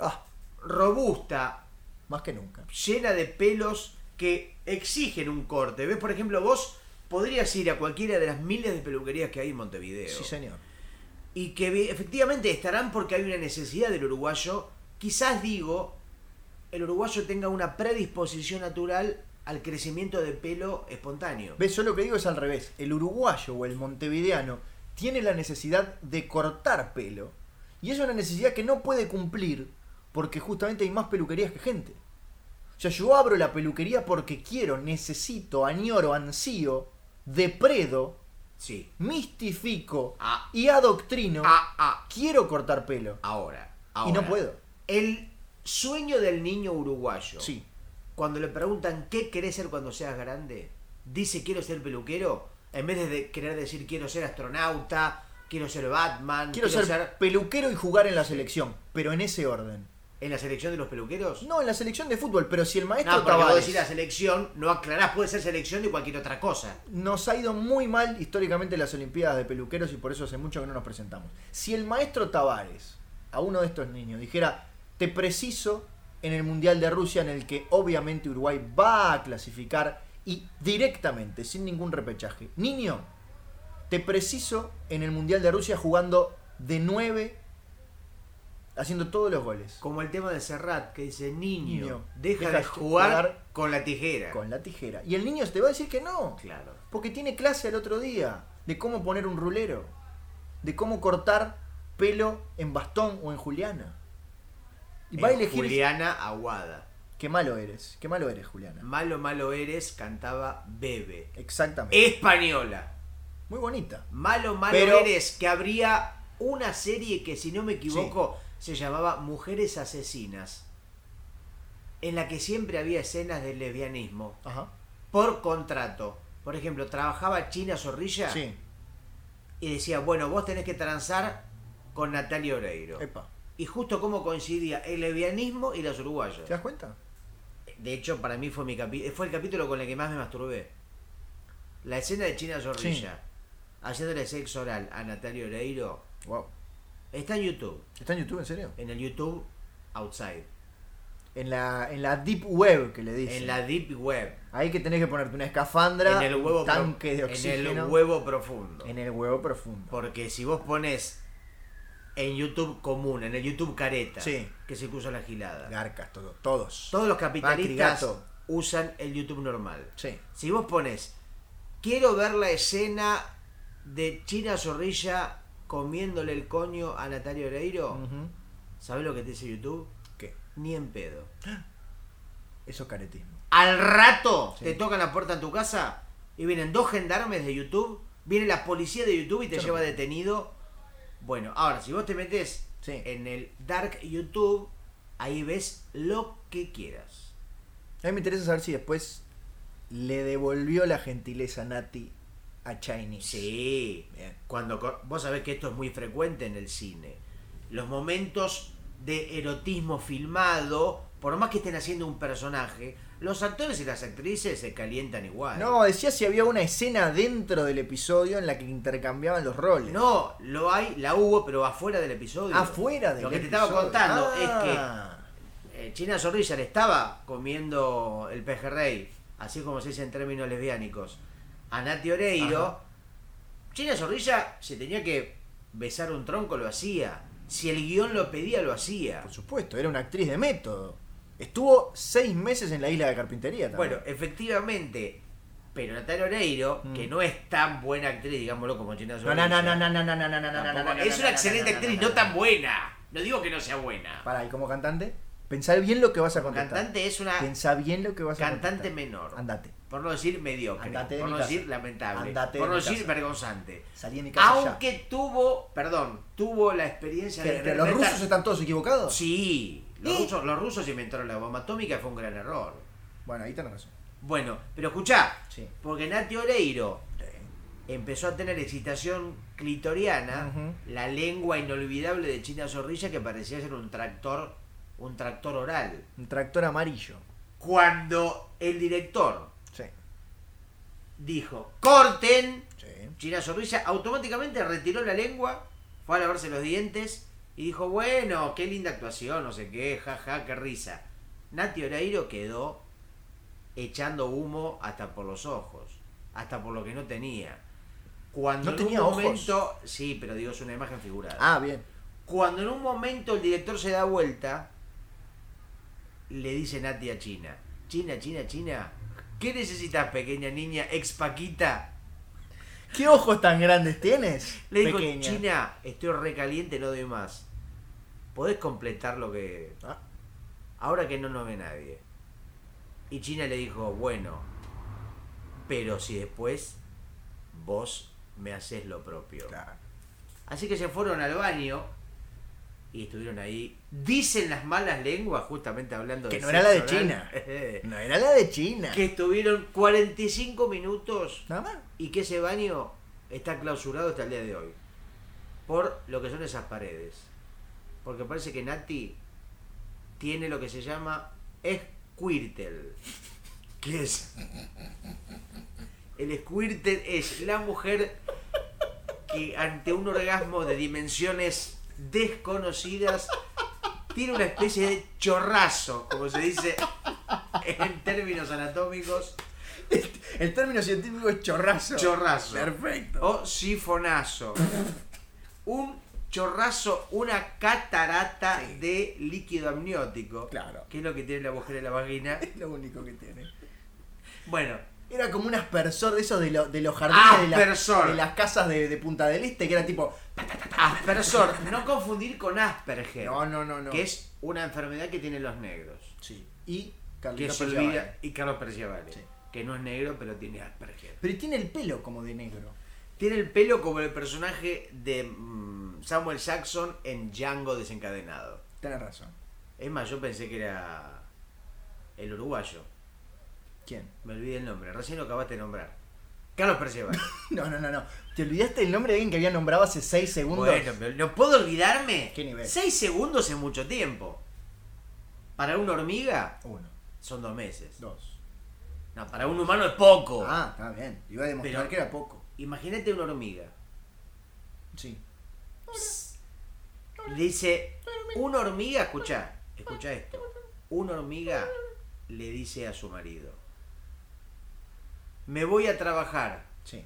Ah, robusta, más que nunca. llena de pelos que exigen un corte. ¿Ves? Por ejemplo, vos podrías ir a cualquiera de las miles de peluquerías que hay en Montevideo. Sí, señor. y que ve- efectivamente estarán porque hay una necesidad del uruguayo. Quizás digo, el uruguayo tenga una predisposición natural al crecimiento de pelo espontáneo. ¿Ves? Yo lo que digo es al revés. El uruguayo o el montevideano tiene la necesidad de cortar pelo. Y es una necesidad que no puede cumplir porque justamente hay más peluquerías que gente. O sea, yo abro la peluquería porque quiero, necesito, añoro, ansío, depredo, Sí. mistifico Ah. y adoctrino. Ah, ah, Quiero cortar pelo. ahora, Y no ahora. puedo. El sueño del niño uruguayo. Sí. Cuando le preguntan qué querés ser cuando seas grande, dice quiero ser peluquero, en vez de, de querer decir quiero ser astronauta, quiero ser Batman, Quiero ser peluquero y jugar en la selección, pero en ese orden. en la selección de los peluqueros. No, en la selección de fútbol, pero si el maestro No, porque vos Tabárez- decís la selección, no aclarás, puede ser selección de cualquier otra cosa. Nos ha ido muy mal históricamente las Olimpiadas de peluqueros y por eso hace mucho que no nos presentamos. Si el maestro Tavares a uno de estos niños dijera, te preciso en el Mundial de Rusia en el que obviamente Uruguay va a clasificar y directamente, sin ningún repechaje, niño, te preciso en el Mundial de Rusia jugando de 9, haciendo todos los goles. Como el tema de Serrat, que dice, niño, Niño, deja, deja de jugar, jugar con la tijera. Con la tijera. Y el niño te va a decir que no. Claro. Porque tiene clase al otro día de cómo poner un rulero, de cómo cortar pelo en bastón o en Juliana. Y va a Eh, elegir. Juliana Aguada. Qué malo eres, qué malo eres, Juliana. Malo, malo eres, cantaba Bebe. Exactamente. Eh. Española. Muy bonita. Malo, malo Pero- eres, que habría una serie que, si no me equivoco, se llamaba Mujeres Asesinas. En la que siempre había escenas de lesbianismo. Ajá. por contrato. Por ejemplo, trabajaba China Zorrilla Sí. y decía, bueno, vos tenés que transar con Natalia Oreiro. Epa. Y justo cómo coincidía el lesbianismo y las uruguayas. ¿Te das cuenta? De hecho, para mí fue, mi capi- eh, fue el capítulo con el que más me masturbé. La escena de China Zorrilla haciéndole sexo oral a Natalia Oreiro Wow. está en YouTube. ¿Está en YouTube, en serio? En el YouTube Outside. En la, en la Deep Web que le dicen. En la Deep Web. Ahí que tenés que ponerte una escafandra, En el huevo, un pro- tanque de en oxígeno. el huevo profundo. en el huevo profundo. Porque si vos pones en YouTube común, en el YouTube careta, Sí. que se usa la gilada. Garcas, todo, todos. Todos los capitalistas Macri, Gato. usan el YouTube normal. Sí. Si vos pones, quiero ver la escena de China Zorrilla comiéndole el coño a Natalia Oreiro, Ujú. ¿sabés lo que te dice YouTube? ¿Qué? Ni en pedo. Eso es caretismo. Al rato Sí. te tocan la puerta en tu casa y vienen dos gendarmes de YouTube, viene la policía de YouTube y te Yo no lleva puedo. detenido. Bueno, ahora si vos te metes Sí. en el Dark YouTube, ahí ves lo que quieras. A mí me interesa saber si después le devolvió la gentileza Nati a Chinese. Sí, Bien. cuando co- vos sabés que esto es muy frecuente en el cine. Los momentos de erotismo filmado, por más que estén haciendo un personaje, los actores y las actrices se calientan igual. No, decía si había una escena dentro del episodio en la que intercambiaban los roles. No, lo hay, la hubo, pero afuera del episodio. Afuera del Lo que te episodio. estaba contando Ah. es que eh, China Zorrilla le estaba comiendo el pejerrey, así como se dice en términos lesbiánicos, a Nati Oreiro. Ajá. China Zorrilla, si tenía que besar un tronco, lo hacía. Si el guión lo pedía, lo hacía. Por supuesto, era una actriz de método. Estuvo seis meses en la isla de carpintería también. Bueno, efectivamente, pero Natalia Oreiro, Mm. que no es tan buena actriz, digámoslo como China no, Zorrilla. no, no, no, no, no, no, no, no, no, no, no, tampoco- no, Es no, una no, excelente no, no, actriz, no, no no. tan buena. No digo que no sea buena. Pará, ¿y como cantante? Pensá bien lo que vas a contestar. Cantante es una Pensá bien lo que vas a contestar. cantante menor. Andate. Por no decir mediocre. Andate de por mi no casa. decir lamentable. Andate por de no mi decir casa. vergonzante. Salí de mi casa ya. Aunque tuvo, perdón, tuvo la experiencia de ¿Que- que ¿Los interpretar- rusos están todos equivocados? Sí, los, ¿Eh? rusos, los rusos inventaron la bomba atómica y fue un gran error. Bueno, ahí tenés razón. Bueno, pero escuchá, Sí. porque Nati Oreiro empezó a tener excitación clitoriana, Ujú. la lengua inolvidable de China Zorrilla que parecía ser un tractor, un tractor oral. Un tractor amarillo. Cuando el director Sí. dijo, corten, Sí. China Zorrilla automáticamente retiró la lengua, fue a lavarse los dientes y dijo, bueno, qué linda actuación, no sé qué, jaja, qué risa. Nati Oreiro quedó echando humo hasta por los ojos, hasta por lo que no tenía. Cuando ¿No en tenía un ojos? momento, sí, pero digo, es una imagen figurada. Ah, bien. Cuando en un momento el director se da vuelta, le dice Nati a China, China, China, China, ¿qué necesitas pequeña niña ex Paquita? ¿Qué ojos tan grandes tienes? Le digo, pequeña? China, estoy recaliente, no doy más. ¿Podés completar lo que... Ah, Ahora que no nos ve nadie. Y China le dijo, bueno, pero si después vos me haces lo propio. claro. Así que se fueron al baño y estuvieron ahí. Dicen las malas lenguas, justamente hablando de Que no era la de sexo China. oral, No era la de China. que estuvieron 45 minutos Nada más. y que ese baño está clausurado hasta el día de hoy. Por lo que son esas paredes. Porque parece que Nati tiene lo que se llama Squirtle. ¿Qué es? El Squirtle es la mujer que ante un orgasmo de dimensiones desconocidas tiene una especie de chorrazo, como se dice en términos anatómicos. El término científico es chorrazo. Chorrazo. Perfecto. o sifonazo. Un chorrazo, una catarata Sí. de líquido amniótico. Claro. Que es lo que tiene la mujer en la vagina. Es lo único que tiene. Bueno, Era como un aspersor de esos de, lo- de los jardines de, la- Aspersor. de las casas de, de Punta del Este, que era tipo. aspersor. No confundir con Asperger. No, no, no, no. Que es una enfermedad que tienen los negros. Sí. Y Que Carlitos se Pellavalle. olvida. Y Carlos Perciavale. Sí. Que no es negro, pero tiene Asperger. Pero tiene el pelo como de negro. Tiene el pelo como el personaje de mm, Samuel Jackson en Django desencadenado. Tenés razón. Es más, yo pensé que era el uruguayo. ¿Quién? Me olvidé el nombre, recién lo acabaste de nombrar. Carlos Percival. No, no, no, no. ¿Te olvidaste el nombre de alguien que había nombrado hace 6 segundos? bueno, me- ¿no puedo olvidarme? ¿Qué nivel? Seis segundos es mucho tiempo. Para una hormiga Uno, son dos meses. dos. No, para un humano es poco. Ah, está bien. Iba a demostrar Pero- que era poco. Imagínate una hormiga. Sí. Dice, una hormiga, escucha, escucha esto. Una hormiga le dice a su marido, me voy a trabajar, Sí.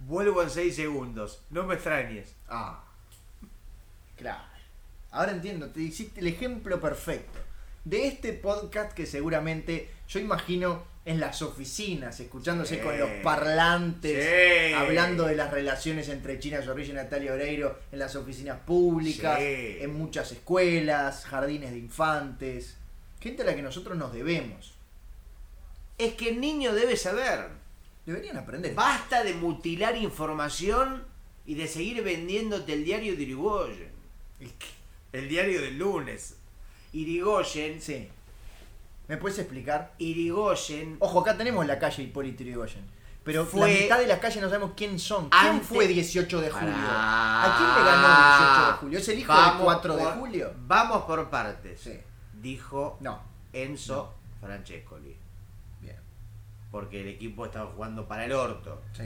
vuelvo en seis segundos, no me extrañes. Ah. Claro. Ahora entiendo, te hiciste el ejemplo perfecto de este podcast que seguramente yo imagino en las oficinas, escuchándose Sí. con los parlantes, Sí. hablando de las relaciones entre China Zorrilla y Natalia Oreiro en las oficinas públicas, Sí. en muchas escuelas, jardines de infantes, gente a la que nosotros nos debemos. Es que el niño debe saber. Deberían aprender. Basta de mutilar información y de seguir vendiéndote el diario de Irigoyen. El diario del lunes. Irigoyen, Sí. ¿Me puedes explicar? Irigoyen, Ojo, acá tenemos la calle Hipólito Yrigoyen. Pero Fue- la mitad de las calles no sabemos quién son. ¿Quién Antes- fue 18 de julio? Pará. ¿A quién le ganó el 18 de julio? ¿Es el hijo del Vamos 4 de por- julio? Vamos por partes, Sí. dijo No. Enzo Francescoli. Bien. Porque el equipo estaba jugando para el orto. Sí.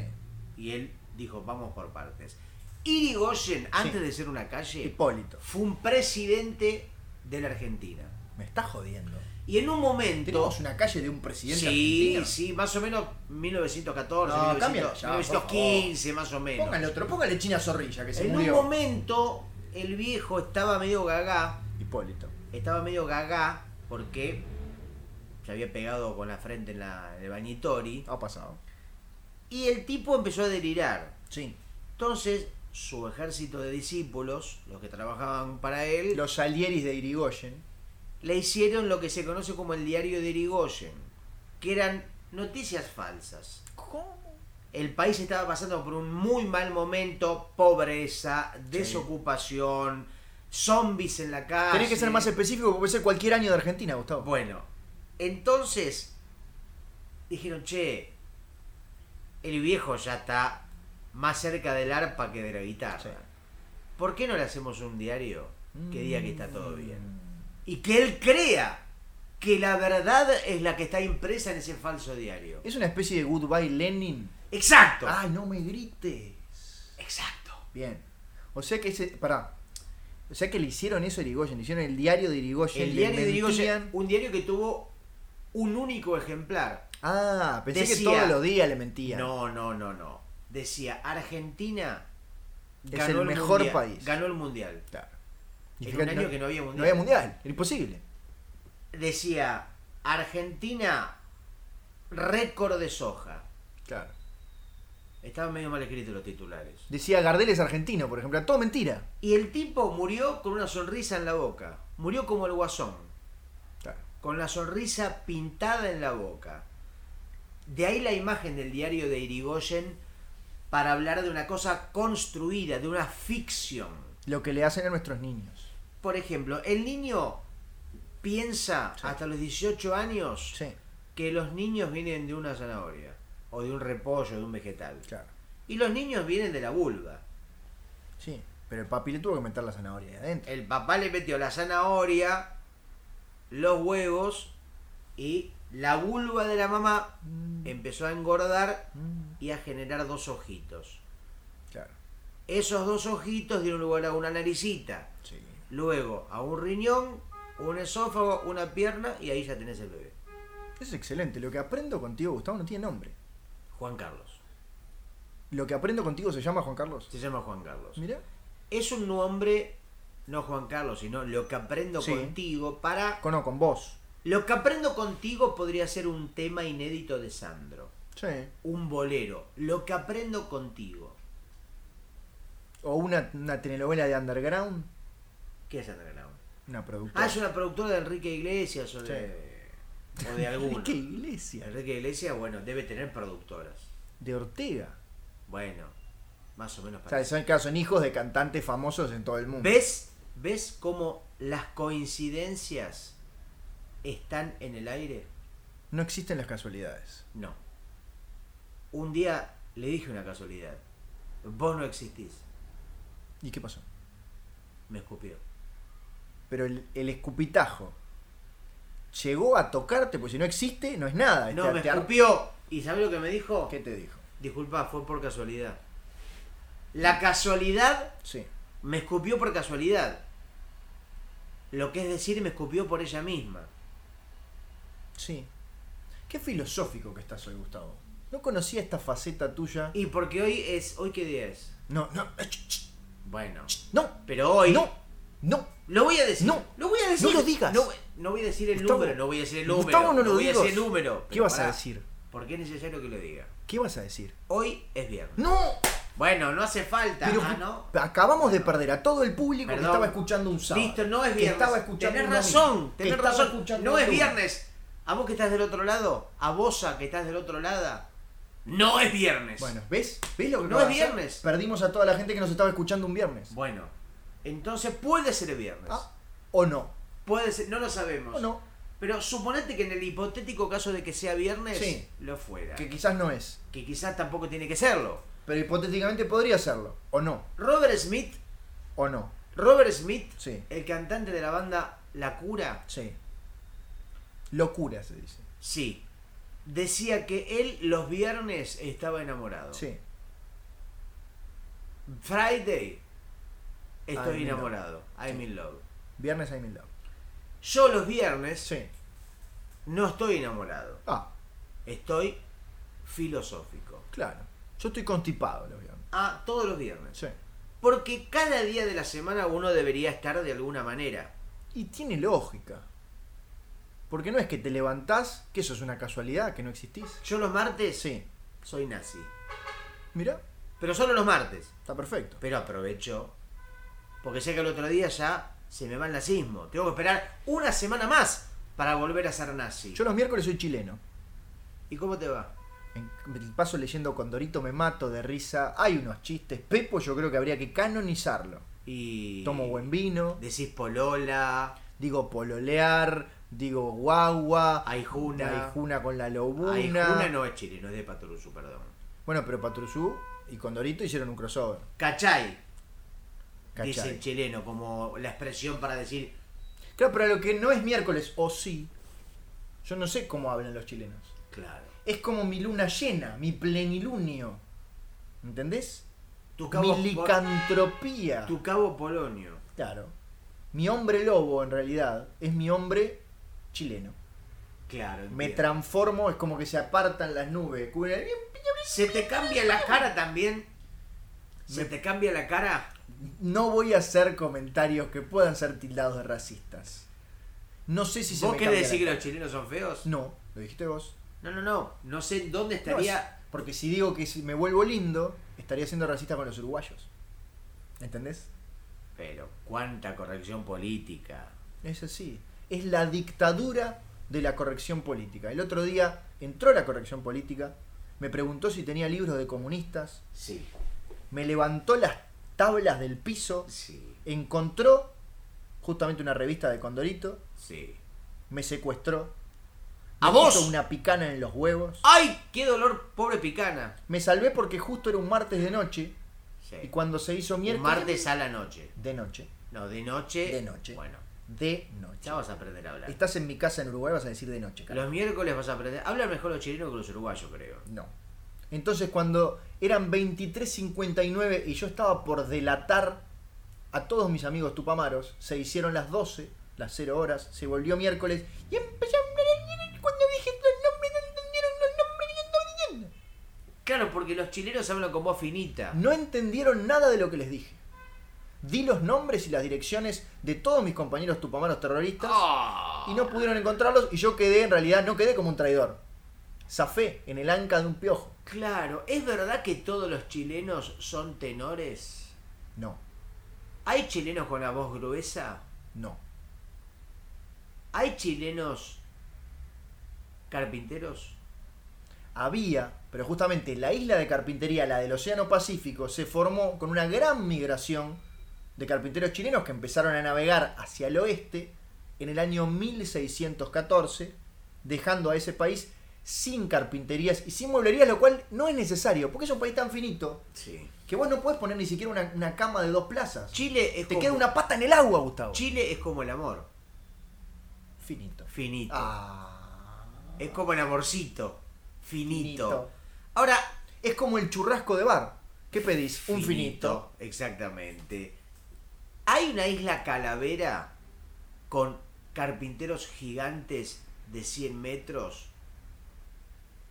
Y él dijo, vamos por partes. Irigoyen, antes de ser una calle, Hipólito. fue un presidente de la Argentina. Me está jodiendo. Y en un momento... Tenemos una calle de un presidente Sí, argentino. sí, más o menos 1914, No, 1900, cámbialo ya, por 1915, más o menos. Póngale otro, póngale China Zorrilla, que se En un murió. momento el viejo estaba medio gagá, Hipólito. estaba medio gagá porque se había pegado con la frente en, la, en el bañitori Ha pasado. y el tipo empezó a delirar. Sí. Entonces su ejército de discípulos, los que trabajaban para él, Los Salieris de Irigoyen. le hicieron lo que se conoce como el diario de Irigoyen, que eran noticias falsas. ¿Cómo? El país estaba pasando por un muy mal momento, pobreza, desocupación, zombies en la calle. Tenés que ser más específico porque puede ser cualquier año de Argentina, Gustavo. Ah, Bueno, entonces dijeron, che, el viejo ya está más cerca del arpa que de la guitarra. Sí. ¿Por qué no le hacemos un diario que diga que está todo bien? Mm. Y que él crea que la verdad es la que está impresa en ese falso diario. Es una especie de Goodbye Lenin. Exacto. ¡Ay, no me grites! Exacto. Bien. O sea que ese. Pará. O sea que le hicieron eso a Irigoyen, le hicieron el diario de Irigoyen. El le diario de Irigoyen, mentían. un diario que tuvo un único ejemplar. Ah, pensé que decía- todos los días le mentían. No, no, no, no. Decía, Argentina Es el mejor mundial, país. Ganó el mundial. Claro. Y En un fíjate, año no, que no había mundial. no había mundial, era imposible. Decía, Argentina, récord de soja. Claro. Estaban medio mal escritos los titulares. Decía Gardel es argentino, por ejemplo, era todo mentira. Y el tipo murió con una sonrisa en la boca. Murió como el guasón, Claro. con la sonrisa pintada en la boca. De ahí la imagen del diario de Irigoyen para hablar de una cosa construida, de una ficción. Lo que le hacen a nuestros niños. Por ejemplo, el niño piensa Sí. hasta los 18 años Sí, que los niños vienen de una zanahoria, o de un repollo, de un vegetal. claro. Y los niños vienen de la vulva. Sí. Pero el papi le tuvo que meter la zanahoria ahí adentro. El papá le metió la zanahoria, los huevos y la vulva de la mamá Mm, empezó a engordar mm, y a generar dos ojitos. Claro. Esos dos ojitos dieron lugar a una naricita, Sí. luego a un riñón, un esófago, una pierna y ahí ya tenés el bebé. Eso es excelente. Lo que aprendo contigo, Gustavo, no tiene nombre. Juan Carlos. Lo que aprendo contigo se llama Juan Carlos. Se llama Juan Carlos. Mira. Es un nombre, no Juan Carlos, sino lo que aprendo Sí. contigo para... Con, no, con vos. Lo que aprendo contigo podría ser un tema inédito de Sandro. Sí. Un bolero. Lo que aprendo contigo. O una, una telenovela de underground, ¿Qué es Sandra Grau? una productora. Ah, es una productora de Enrique Iglesias o de... O de alguno. ¿Qué iglesia? Enrique Iglesias, bueno, debe tener productoras. De Ortega. Bueno, más o menos O sea, parece. son, claro, son hijos de cantantes famosos en todo el mundo. Ah, ¿Ves? ¿Ves cómo las coincidencias están en el aire? No existen las casualidades. No. Un día le dije una casualidad. Vos no existís. ¿Y qué pasó? Me escupió. Pero el, el escupitajo llegó a tocarte, porque si no existe, no es nada. No, Te- me te ar- escupió. ¿Y sabés lo que me dijo? ¿Qué te dijo? Disculpa, fue por casualidad. La casualidad Sí. me escupió por casualidad. Lo que es decir, me escupió por ella misma. Sí. Qué filosófico que estás hoy, Gustavo. No conocía esta faceta tuya. Y porque hoy es. ¿Hoy qué día es? No, no. ch- ch- Bueno. No, Pero hoy. no, no. Lo voy a decir. No. lo voy a decir. No lo digas. No, no voy a decir el Gustavo. número, no voy a decir el número. Gustavo, no lo voy a decir digas. el número. ¿Qué Pero vas a pará, decir? Porque es necesario que lo diga. ¿Qué vas a decir? Hoy es viernes. No, Bueno, no hace falta. pero ah, ¿no? acabamos de perder a todo el público que Perdón. estaba escuchando un sábado. Listo, no es que viernes. Estaba escuchando tenés un domingo, razón, que tenés estaba razón. escuchando No es un lunes. viernes. A vos que estás del otro lado, a Bosa que estás del otro lado, no es viernes. Bueno, ¿ves? ¿Ves lo que No acaba es de hacer? viernes. Perdimos a toda la gente que nos estaba escuchando un viernes. Bueno, entonces puede ser viernes. Ah, ¿O no? Puede ser, no lo sabemos. ¿O no? Pero suponete que en el hipotético caso de que sea viernes, Sí. lo fuera. Que Que, quizás no es. quizás tampoco tiene que serlo. Pero hipotéticamente podría serlo. ¿O no? Robert Smith, ¿O no? Robert Smith, Sí. el cantante de la banda La Cura, Sí. Locura se dice. sí, decía que él los viernes estaba enamorado. Sí. Friday, I'm estoy in enamorado. I'm in love. Viernes hay mil love. Yo los viernes Sí. no estoy enamorado. Ah, Estoy filosófico. claro. Yo estoy constipado los viernes. Ah, todos los viernes. Sí. Porque cada día de la semana uno debería estar de alguna manera. Y tiene lógica. Porque no es que te levantás, que eso es una casualidad, que no existís. Yo los martes Sí. soy nazi. Mira, Pero solo los martes. está perfecto. Pero aprovecho. Porque sé que el otro día ya se me va el nazismo. Tengo que esperar una semana más para volver a ser nazi. Yo los miércoles soy chileno. ¿Y cómo te va? En- me paso leyendo Condorito me mato de risa. Hay unos chistes. Pepo yo creo que habría que canonizarlo. Y. Tomo buen vino, Decís polola. digo pololear, digo guagua, Aijuna. aijuna con la lobuna. Ay, Juna no es chileno, es de Patrusú, perdón. Bueno, pero Patrusú y Condorito hicieron un crossover. Cachay, dice ¿Cachai? el chileno, como la expresión para decir. Claro, pero lo que no es miércoles, o sí, yo no sé cómo hablan los chilenos. Claro. Es como mi luna llena, mi plenilunio. ¿Entendés? Tu cabo, Mi po- licantropía. tu cabo polonio. Claro. Mi hombre lobo, en realidad, es mi hombre chileno. Claro. Me entiendo. transformo, es como que se apartan las nubes. cubren- Se te cambia la cara también. Se Me- te cambia la cara. No voy a hacer comentarios que puedan ser tildados de racistas. No sé si se ¿Vos me querés cambia la decir que cara. los chilenos son feos? No, lo dijiste vos. No, no, no. No sé en dónde No, estaría. es- porque si digo que si me vuelvo lindo, estaría siendo racista con los uruguayos. ¿Entendés? Pero, cuánta corrección política. Es así. Es la dictadura de la corrección política. El otro día entró la corrección política, me preguntó si tenía libros de comunistas, Sí, me levantó las tablas del piso, sí, encontró justamente una revista de Condorito, sí. me secuestró. ¡A me vos! puso una picana en los huevos. ¡Ay! ¡Qué dolor, pobre picana! Me salvé porque justo era un martes de noche Sí. y cuando se hizo Un miércoles martes a la noche. de noche, No, de noche. De noche. Bueno, de noche. ya vas a aprender a hablar. Estás en mi casa en Uruguay, vas a decir de noche, cara. Los miércoles vas a aprender. Hablan mejor los chilenos que los uruguayos, creo. No. Entonces cuando eran 23.59 y yo estaba por delatar a todos mis amigos tupamaros, se hicieron las 12, las 0 horas, se volvió miércoles y empezaron a- cuando dije los nombres no entendieron los nombres no entendieron. Claro, porque los chilenos hablan con voz finita. No entendieron nada de lo que les dije. Di los nombres y las direcciones de todos mis compañeros tupamaros terroristas Ah. y no pudieron encontrarlos y yo quedé, en realidad, no quedé como un traidor. Zafé en el anca de un piojo. Claro, ¿es verdad que todos los chilenos son tenores? No, ¿Hay chilenos con la voz gruesa? no, ¿Hay chilenos carpinteros? Había, pero justamente la isla de carpintería, la del Océano Pacífico, se formó con una gran migración de carpinteros chilenos que empezaron a navegar hacia el oeste en el año 1614, dejando a ese país sin carpinterías y sin mueblerías, lo cual no es necesario, porque es un país tan finito Sí. que vos no podés poner ni siquiera una, una cama de dos plazas. Chile es Te como, queda una pata en el agua, Gustavo. Chile es como el amor, Finito. finito. Ah. Es como el amorcito, finito. Finito. Ahora, Es como el churrasco de bar. ¿Qué pedís? Un finito. Exactamente. ¿Hay una isla calavera con carpinteros gigantes de 100 metros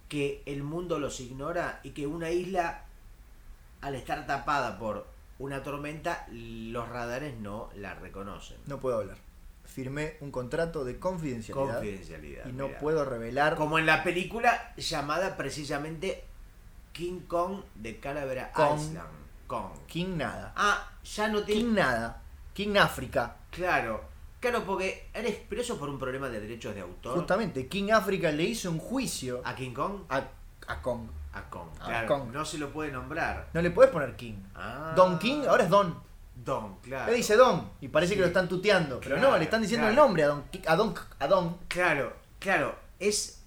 que el mundo los ignora y que una isla, al estar tapada por una tormenta, los radares no la reconocen. No puedo hablar. Firmé un contrato de confidencialidad. Confidencialidad. y no mirá. puedo revelar. Como en la película llamada precisamente King Kong de Calavera Kong. Island. Kong. King nada. Ah, ya no tiene. King nada. King África. Claro. Claro, porque eres preso por un problema de derechos de autor. Justamente, King África le hizo un juicio ¿A King Kong? a, a Kong. A Kong. A Claro, Kong. No se lo puede nombrar. No le puedes poner King. Ah. Don King ahora es Don. Don, claro. Le dice Don y parece Sí. que lo están tuteando. Pero Claro, no, le están diciendo claro. el nombre a Don. Ki- A Don. A Don. Claro, claro. Es.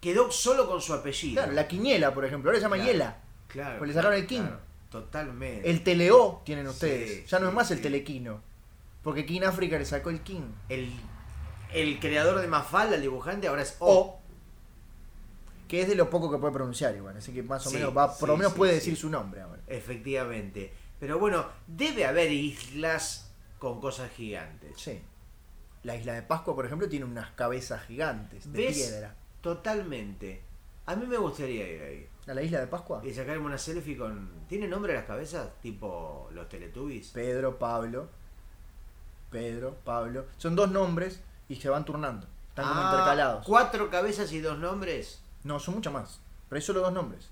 Quedó solo con su apellido. Claro, la Quiñela, por ejemplo. Ahora se llama Claro. Hiela. Claro. Pues le sacaron el King. claro, Totalmente. El Teleó tienen Sí, ustedes. ya no es sí, más el sí. Telequino. Porque King África le sacó el King. El, el creador de Mafalda, el dibujante, ahora es O. O. Que es de lo poco que puede pronunciar igual. Así que más o Sí, menos va. Por lo sí, menos sí, puede sí. decir su nombre ahora. Efectivamente. Pero bueno, debe haber islas con cosas gigantes. Sí. La isla de Pascua, por ejemplo, tiene unas cabezas gigantes de ¿Ves? piedra. Totalmente. A mí me gustaría ir ahí. ¿A la isla de Pascua? Y sacarme una selfie con... ¿Tiene nombre las cabezas? Tipo los Teletubbies. Pedro, Pablo. Pedro, Pablo. Son dos nombres y se van turnando. Están como Ah, intercalados. ¿Cuatro cabezas y dos nombres? No, son muchas más. Pero hay solo dos nombres.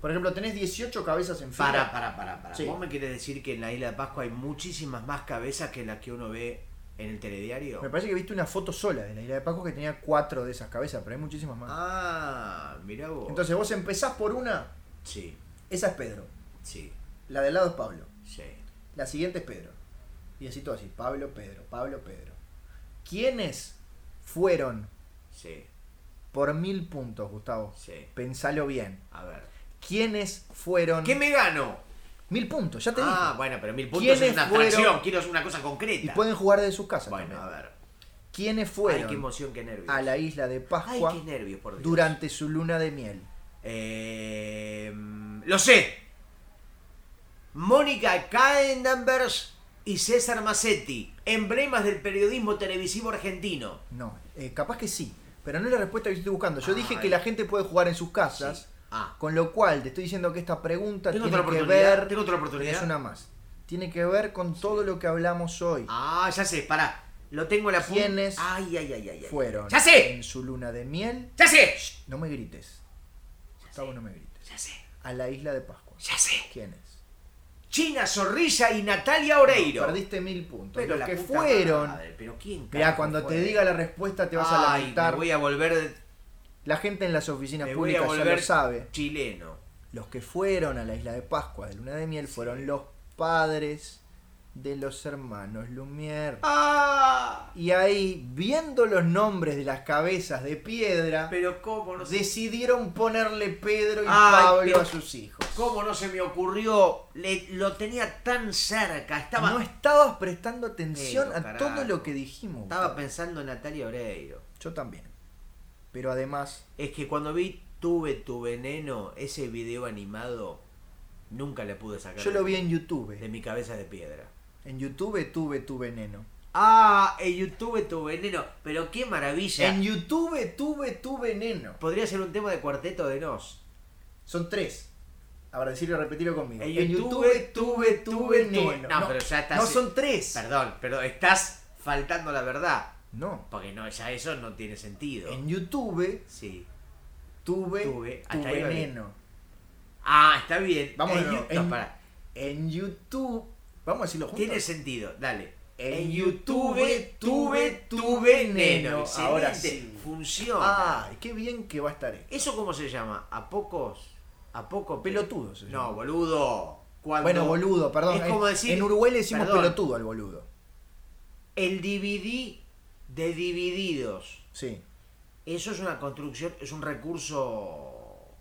Por ejemplo, tenés 18 cabezas en fila. Para, para, para, para. Sí. ¿Vos me quieres decir que en la isla de Pascua hay muchísimas más cabezas que las que uno ve en el telediario? Me parece que viste una foto sola de la isla de Pascua que tenía cuatro de esas cabezas, pero hay muchísimas más. Ah, mira vos. Entonces vos empezás por una, Sí, esa es Pedro. sí, La del lado es Pablo. sí. La siguiente es Pedro. Y así todo así. Pablo, Pedro, Pablo, Pedro. ¿Quiénes fueron Sí, por mil puntos, Gustavo? sí. Pensalo bien. A ver. ¿Quiénes fueron? ¿Qué me gano? Mil puntos, ya Mm. te dije. ah, bueno, pero mil puntos es ¿Quiénes una abstracción. fueron? Quiero una cosa Y concreta. pueden jugar desde sus casas. Bueno, a también. ver. ¿Quiénes Ay, qué fueron emoción, qué nervios. a la isla de Ay, Pascua qué nervios, por Dios. durante su luna de miel? Eh, lo sé. Mónica Caendanvers y César Massetti, emblemas del periodismo televisivo argentino. No, eh, capaz que sí, pero no es la respuesta que yo estoy buscando. Yo dije Ay. que la gente puede jugar en sus Ah, casas, Sí. Ah. con lo cual te estoy diciendo que esta pregunta Tengo tiene otra que oportunidad, ver. tengo otra oportunidad. Tenés una más. Tiene que ver con todo lo que hablamos hoy. Ah, ya sé, pará. Lo tengo en la punta. ¿Quiénes Ay, ay, ay, ay, ay. Fueron ¡Ya sé! en su luna de miel. ¡Ya sé! No me grites. Gustavo, no me grites. Ya sé, A la isla de Pascua. ya sé. ¿Quiénes? China Zorrilla y Natalia Oreiro. Perdiste mil puntos. Pero Los la que puta fueron. madre, pero quién Mirá, carajo cuando fue? te diga la respuesta te vas a Ay, lamentar. me voy a volver, La gente en las oficinas me voy a públicas ya volver lo sabe. chileno. Los que fueron a la isla de Pascua de Luna de Miel fueron los padres de los hermanos Lumière. Ah, Y ahí, viendo los nombres de las cabezas de piedra, pero cómo no se, decidieron ponerle Pedro y Ay, Pablo pero- a sus hijos. cómo no se me ocurrió, Le- lo tenía tan cerca, estaba, No estabas prestando atención Pero, a carajo. todo lo que dijimos. estaba Gustavo. pensando en Natalia Oreiro. Yo también. Pero además, Es que cuando vi Tuve tu veneno, ese video animado, nunca le pude sacar yo lo vi en de YouTube. eh. mi cabeza de piedra. En YouTube tuve tu veneno. Ah, en YouTube tu veneno, pero qué maravilla. En YouTube tuve tu veneno. Podría ser un tema de cuarteto de nos. Son tres. Ahora decirlo y repetirlo conmigo. En En YouTube, tuve, tuve, tuve. No, pero ya estás- No son tres. Perdón, pero estás faltando la verdad. No. Porque no, ya eso no tiene sentido. En YouTube Sí. tuve, Tuve, tu hasta ahí va bien. veneno. Ah, está bien. Vamos en de nuevo. YouTube. En- no, pará. En YouTube. Vamos a decirlo juntos. Tiene sentido, dale. En En YouTube, YouTube, tuve, tuve, tuve neno. neno. Ahora Excelente. sí. Funciona. Ay, qué bien que va a estar esto. ¿Eso cómo se llama? ¿A pocos? ¿A poco? Pelotudo se llama. No, boludo. Cuando Bueno, boludo, perdón. Es En- como decir- en Uruguay le decimos perdón. pelotudo al boludo. El DVD de divididos. Sí. Eso es una construcción, es un recurso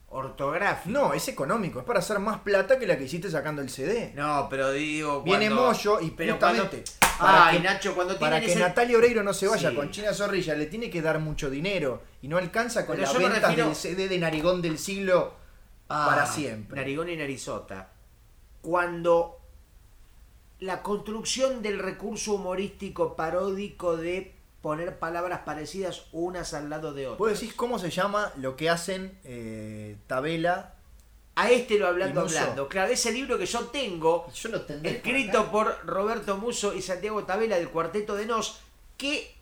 ortográfico. No, es económico. Es para hacer más plata que la que hiciste sacando el CD. No, pero digo. Viene cuando- Moyo y pero justamente cuando- para Ay, que- Nacho, cuando Para que tienen ese- Natalia Oreiro no se vaya Sí. con China Zorrilla, le tiene que dar mucho dinero y no alcanza con Pero las yo me ventas refiero- del CD de Narigón del siglo Ah, para siempre. Narigón y Narizota. Cuando la construcción del recurso humorístico paródico de poner palabras parecidas unas al lado de otras. Vos decís cómo se llama lo que hacen eh, Tabela a este lo hablando Y Musso. hablando. Claro, ese libro que yo tengo, Yo lo tendré. por escrito acá. por Roberto Muso y Santiago Tabela del Cuarteto de Nos, que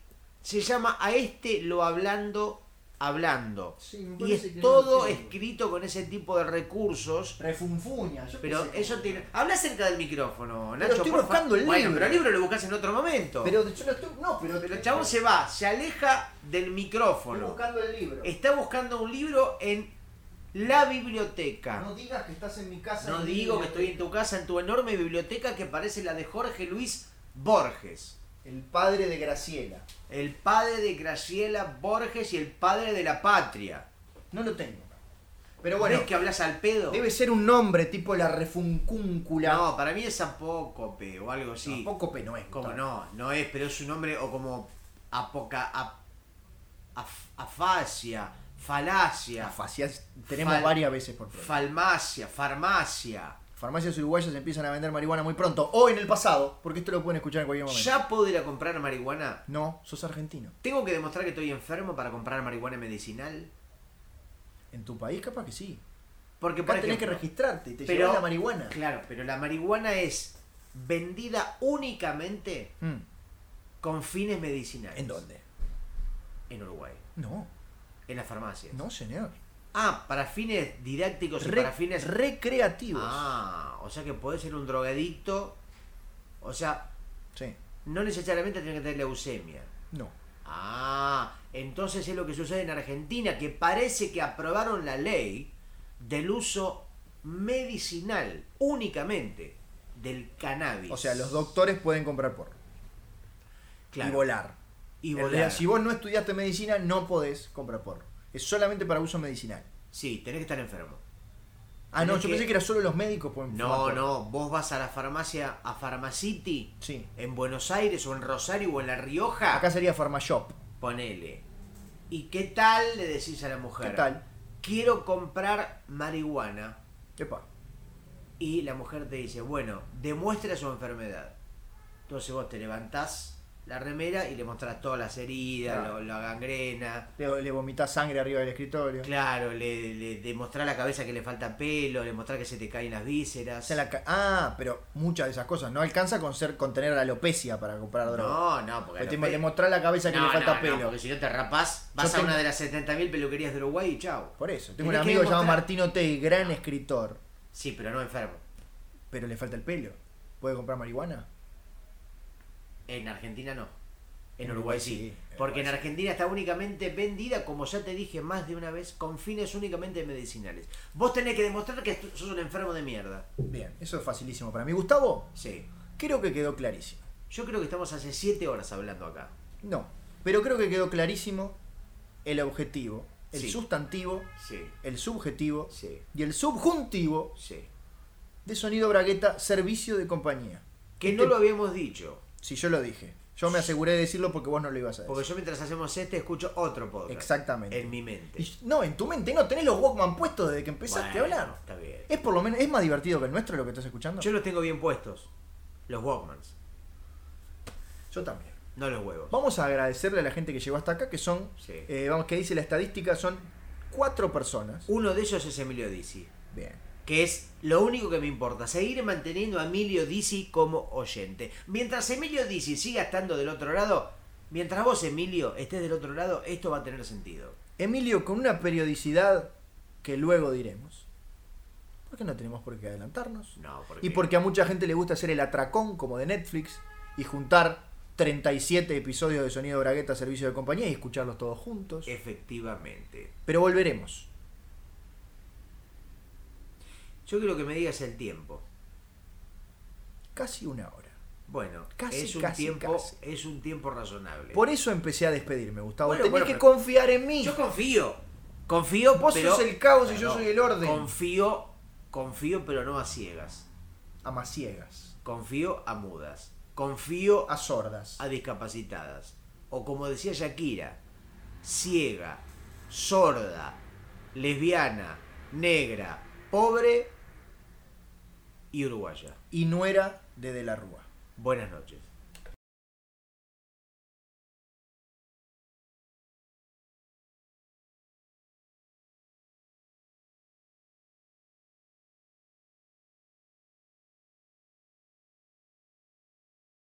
se llama A este lo hablando hablando. Sí, me y parece que es no todo lo tengo. escrito con ese tipo de recursos. Refunfuña. yo qué Pero sé. eso tiene. Habla cerca del micrófono, Nacho. estoy por fa- buscando el bueno, libro. Pero el libro lo buscas en otro momento. Pero, Pero yo lo estoy. No, pero. el chabón se va, se aleja del Estoy micrófono. buscando el libro. Está buscando un libro en la biblioteca. No digas que estás en mi casa. No ni- digo que estoy en tu casa, en tu enorme biblioteca que parece la de Jorge Luis Borges. El padre de Graciela. El padre de Graciela Borges y el padre de la patria. No lo tengo. Pero bueno, ¿Ves que hablas al pedo? debe ser un nombre tipo la refuncúncula. No, para mí es Apócope o algo así. Tampoco penoes. Como no, no es, pero es un nombre o como apoca, ap- af- afasia, falacia, Afasias tenemos Fal- varias veces por programa. falmacia, farmacia. Farmacias uruguayas empiezan a vender marihuana muy pronto. O en el pasado, porque esto lo pueden escuchar en cualquier momento. ¿Ya puedo ir a comprar marihuana? No, sos argentino. ¿Tengo que demostrar que estoy enfermo para comprar marihuana medicinal? En tu país capaz que sí. Porque Acá por tenés que ejemplo, registrarte, te pero- llevas la marihuana. Claro, pero la marihuana es vendida únicamente Mm, con fines medicinales. ¿En dónde? En Uruguay. No, En las farmacias. no señor. Ah, para fines didácticos y Re- para fines. recreativos. Ah, o sea que podés ser un drogadicto. O sea, Sí, no necesariamente tenés que tener leucemia. no. Ah, entonces es lo que sucede en Argentina, que parece que aprobaron la ley del uso medicinal únicamente del cannabis. O sea, los doctores pueden comprar porro Claro. y volar. Y En realidad, volar. Si vos no estudiaste medicina, no podés comprar porro. Es solamente para uso medicinal. Sí, tenés que estar enfermo. Ah, no, Tenés yo que- pensé que era solo los médicos pueden fumar No, porro. no, vos vas a la farmacia, a Farmacity, Sí. en Buenos Aires o en Rosario o en La Rioja, Acá sería Farmashop. ponele. ¿Y qué tal le decís a la mujer? ¿Qué tal? Quiero comprar marihuana. Epa. Y la mujer te dice, bueno, demuestra su enfermedad. Entonces vos te levantás la remera y le mostrás todas las heridas, Claro. lo- la gangrena. Le, le vomitas sangre arriba del escritorio. Claro, le, le demostrás la cabeza que le falta pelo, le mostrás que se te caen las vísceras. O sea, la ca- ah, pero muchas de esas cosas. No alcanza con ser con tener alopecia para comprar No, droga. no, porque... Porque a te, los pe- le mostrás la cabeza que No, le falta no, no, pelo. porque si no te rapás, vas a tengo- una de las 70.000 peluquerías de Uruguay y chao. Por eso. Tengo un Tenés que amigo llamado demostrar- Martín Otey, gran escritor, Sí, pero no enfermo. pero le falta el pelo. ¿Puede comprar marihuana? En Argentina no. En En Uruguay Uruguay sí. sí, en Porque en Uruguay sí. Argentina está únicamente vendida, como ya te dije más de una vez, con fines únicamente medicinales. Vos tenés que demostrar que tú- sos un enfermo de mierda. Bien, eso es facilísimo para mí. Gustavo, Sí. creo que quedó clarísimo. Yo creo que estamos hace 7 horas hablando acá. No, pero creo que quedó clarísimo el objetivo, el Sí. sustantivo, Sí. el subjetivo Sí. y el subjuntivo Sí. de Sonido Bragueta, servicio de compañía. Que Este- no lo habíamos dicho. Si yo lo dije. Yo me aseguré de decirlo porque vos no lo ibas a decir. Porque yo mientras hacemos este escucho otro podcast. Exactamente. En mi mente. Y- No, en tu mente no tenés los Walkman puestos desde que empezaste Bueno, a hablar. Está bien. Es por lo menos, es más divertido que el nuestro lo que estás escuchando. Yo los tengo bien puestos. Los Walkmans. Yo también. No los huevos. Vamos a agradecerle a la gente que llegó hasta acá, que son, Sí. eh, vamos, que dice la estadística, son cuatro personas. Uno de ellos es Emilio Dizzi, Bien. que es lo único que me importa, seguir manteniendo a Emilio Dizzi como oyente. Mientras Emilio Dizzi siga estando del otro lado, mientras vos, Emilio, estés del otro lado, esto va a tener sentido. Emilio, con una periodicidad que luego diremos, porque no tenemos por qué adelantarnos. No, porque... Y porque a mucha gente le gusta hacer el atracón como de Netflix y juntar 37 episodios de Sonido Bragueta Servicio de Compañía y escucharlos todos juntos. Eh. Efectivamente. Pero volveremos. Yo quiero que me digas el tiempo. Casi una hora. Bueno, Casi, es, un casi, tiempo, casi. es un tiempo razonable. Por eso empecé a despedirme, Gustavo. Eh. Bueno, Tenés bueno, que pero- confiar en mí. Yo confío. Confío, Vos pero... sos el caos y yo soy el orden. Confío, confío, pero no a ciegas. A maciegas, Confío a mudas. Confío a sordas. a discapacitadas. O como decía Shakira, ciega, sorda, lesbiana, negra, pobre y uruguaya. Y nuera de De la Rúa. Buenas noches.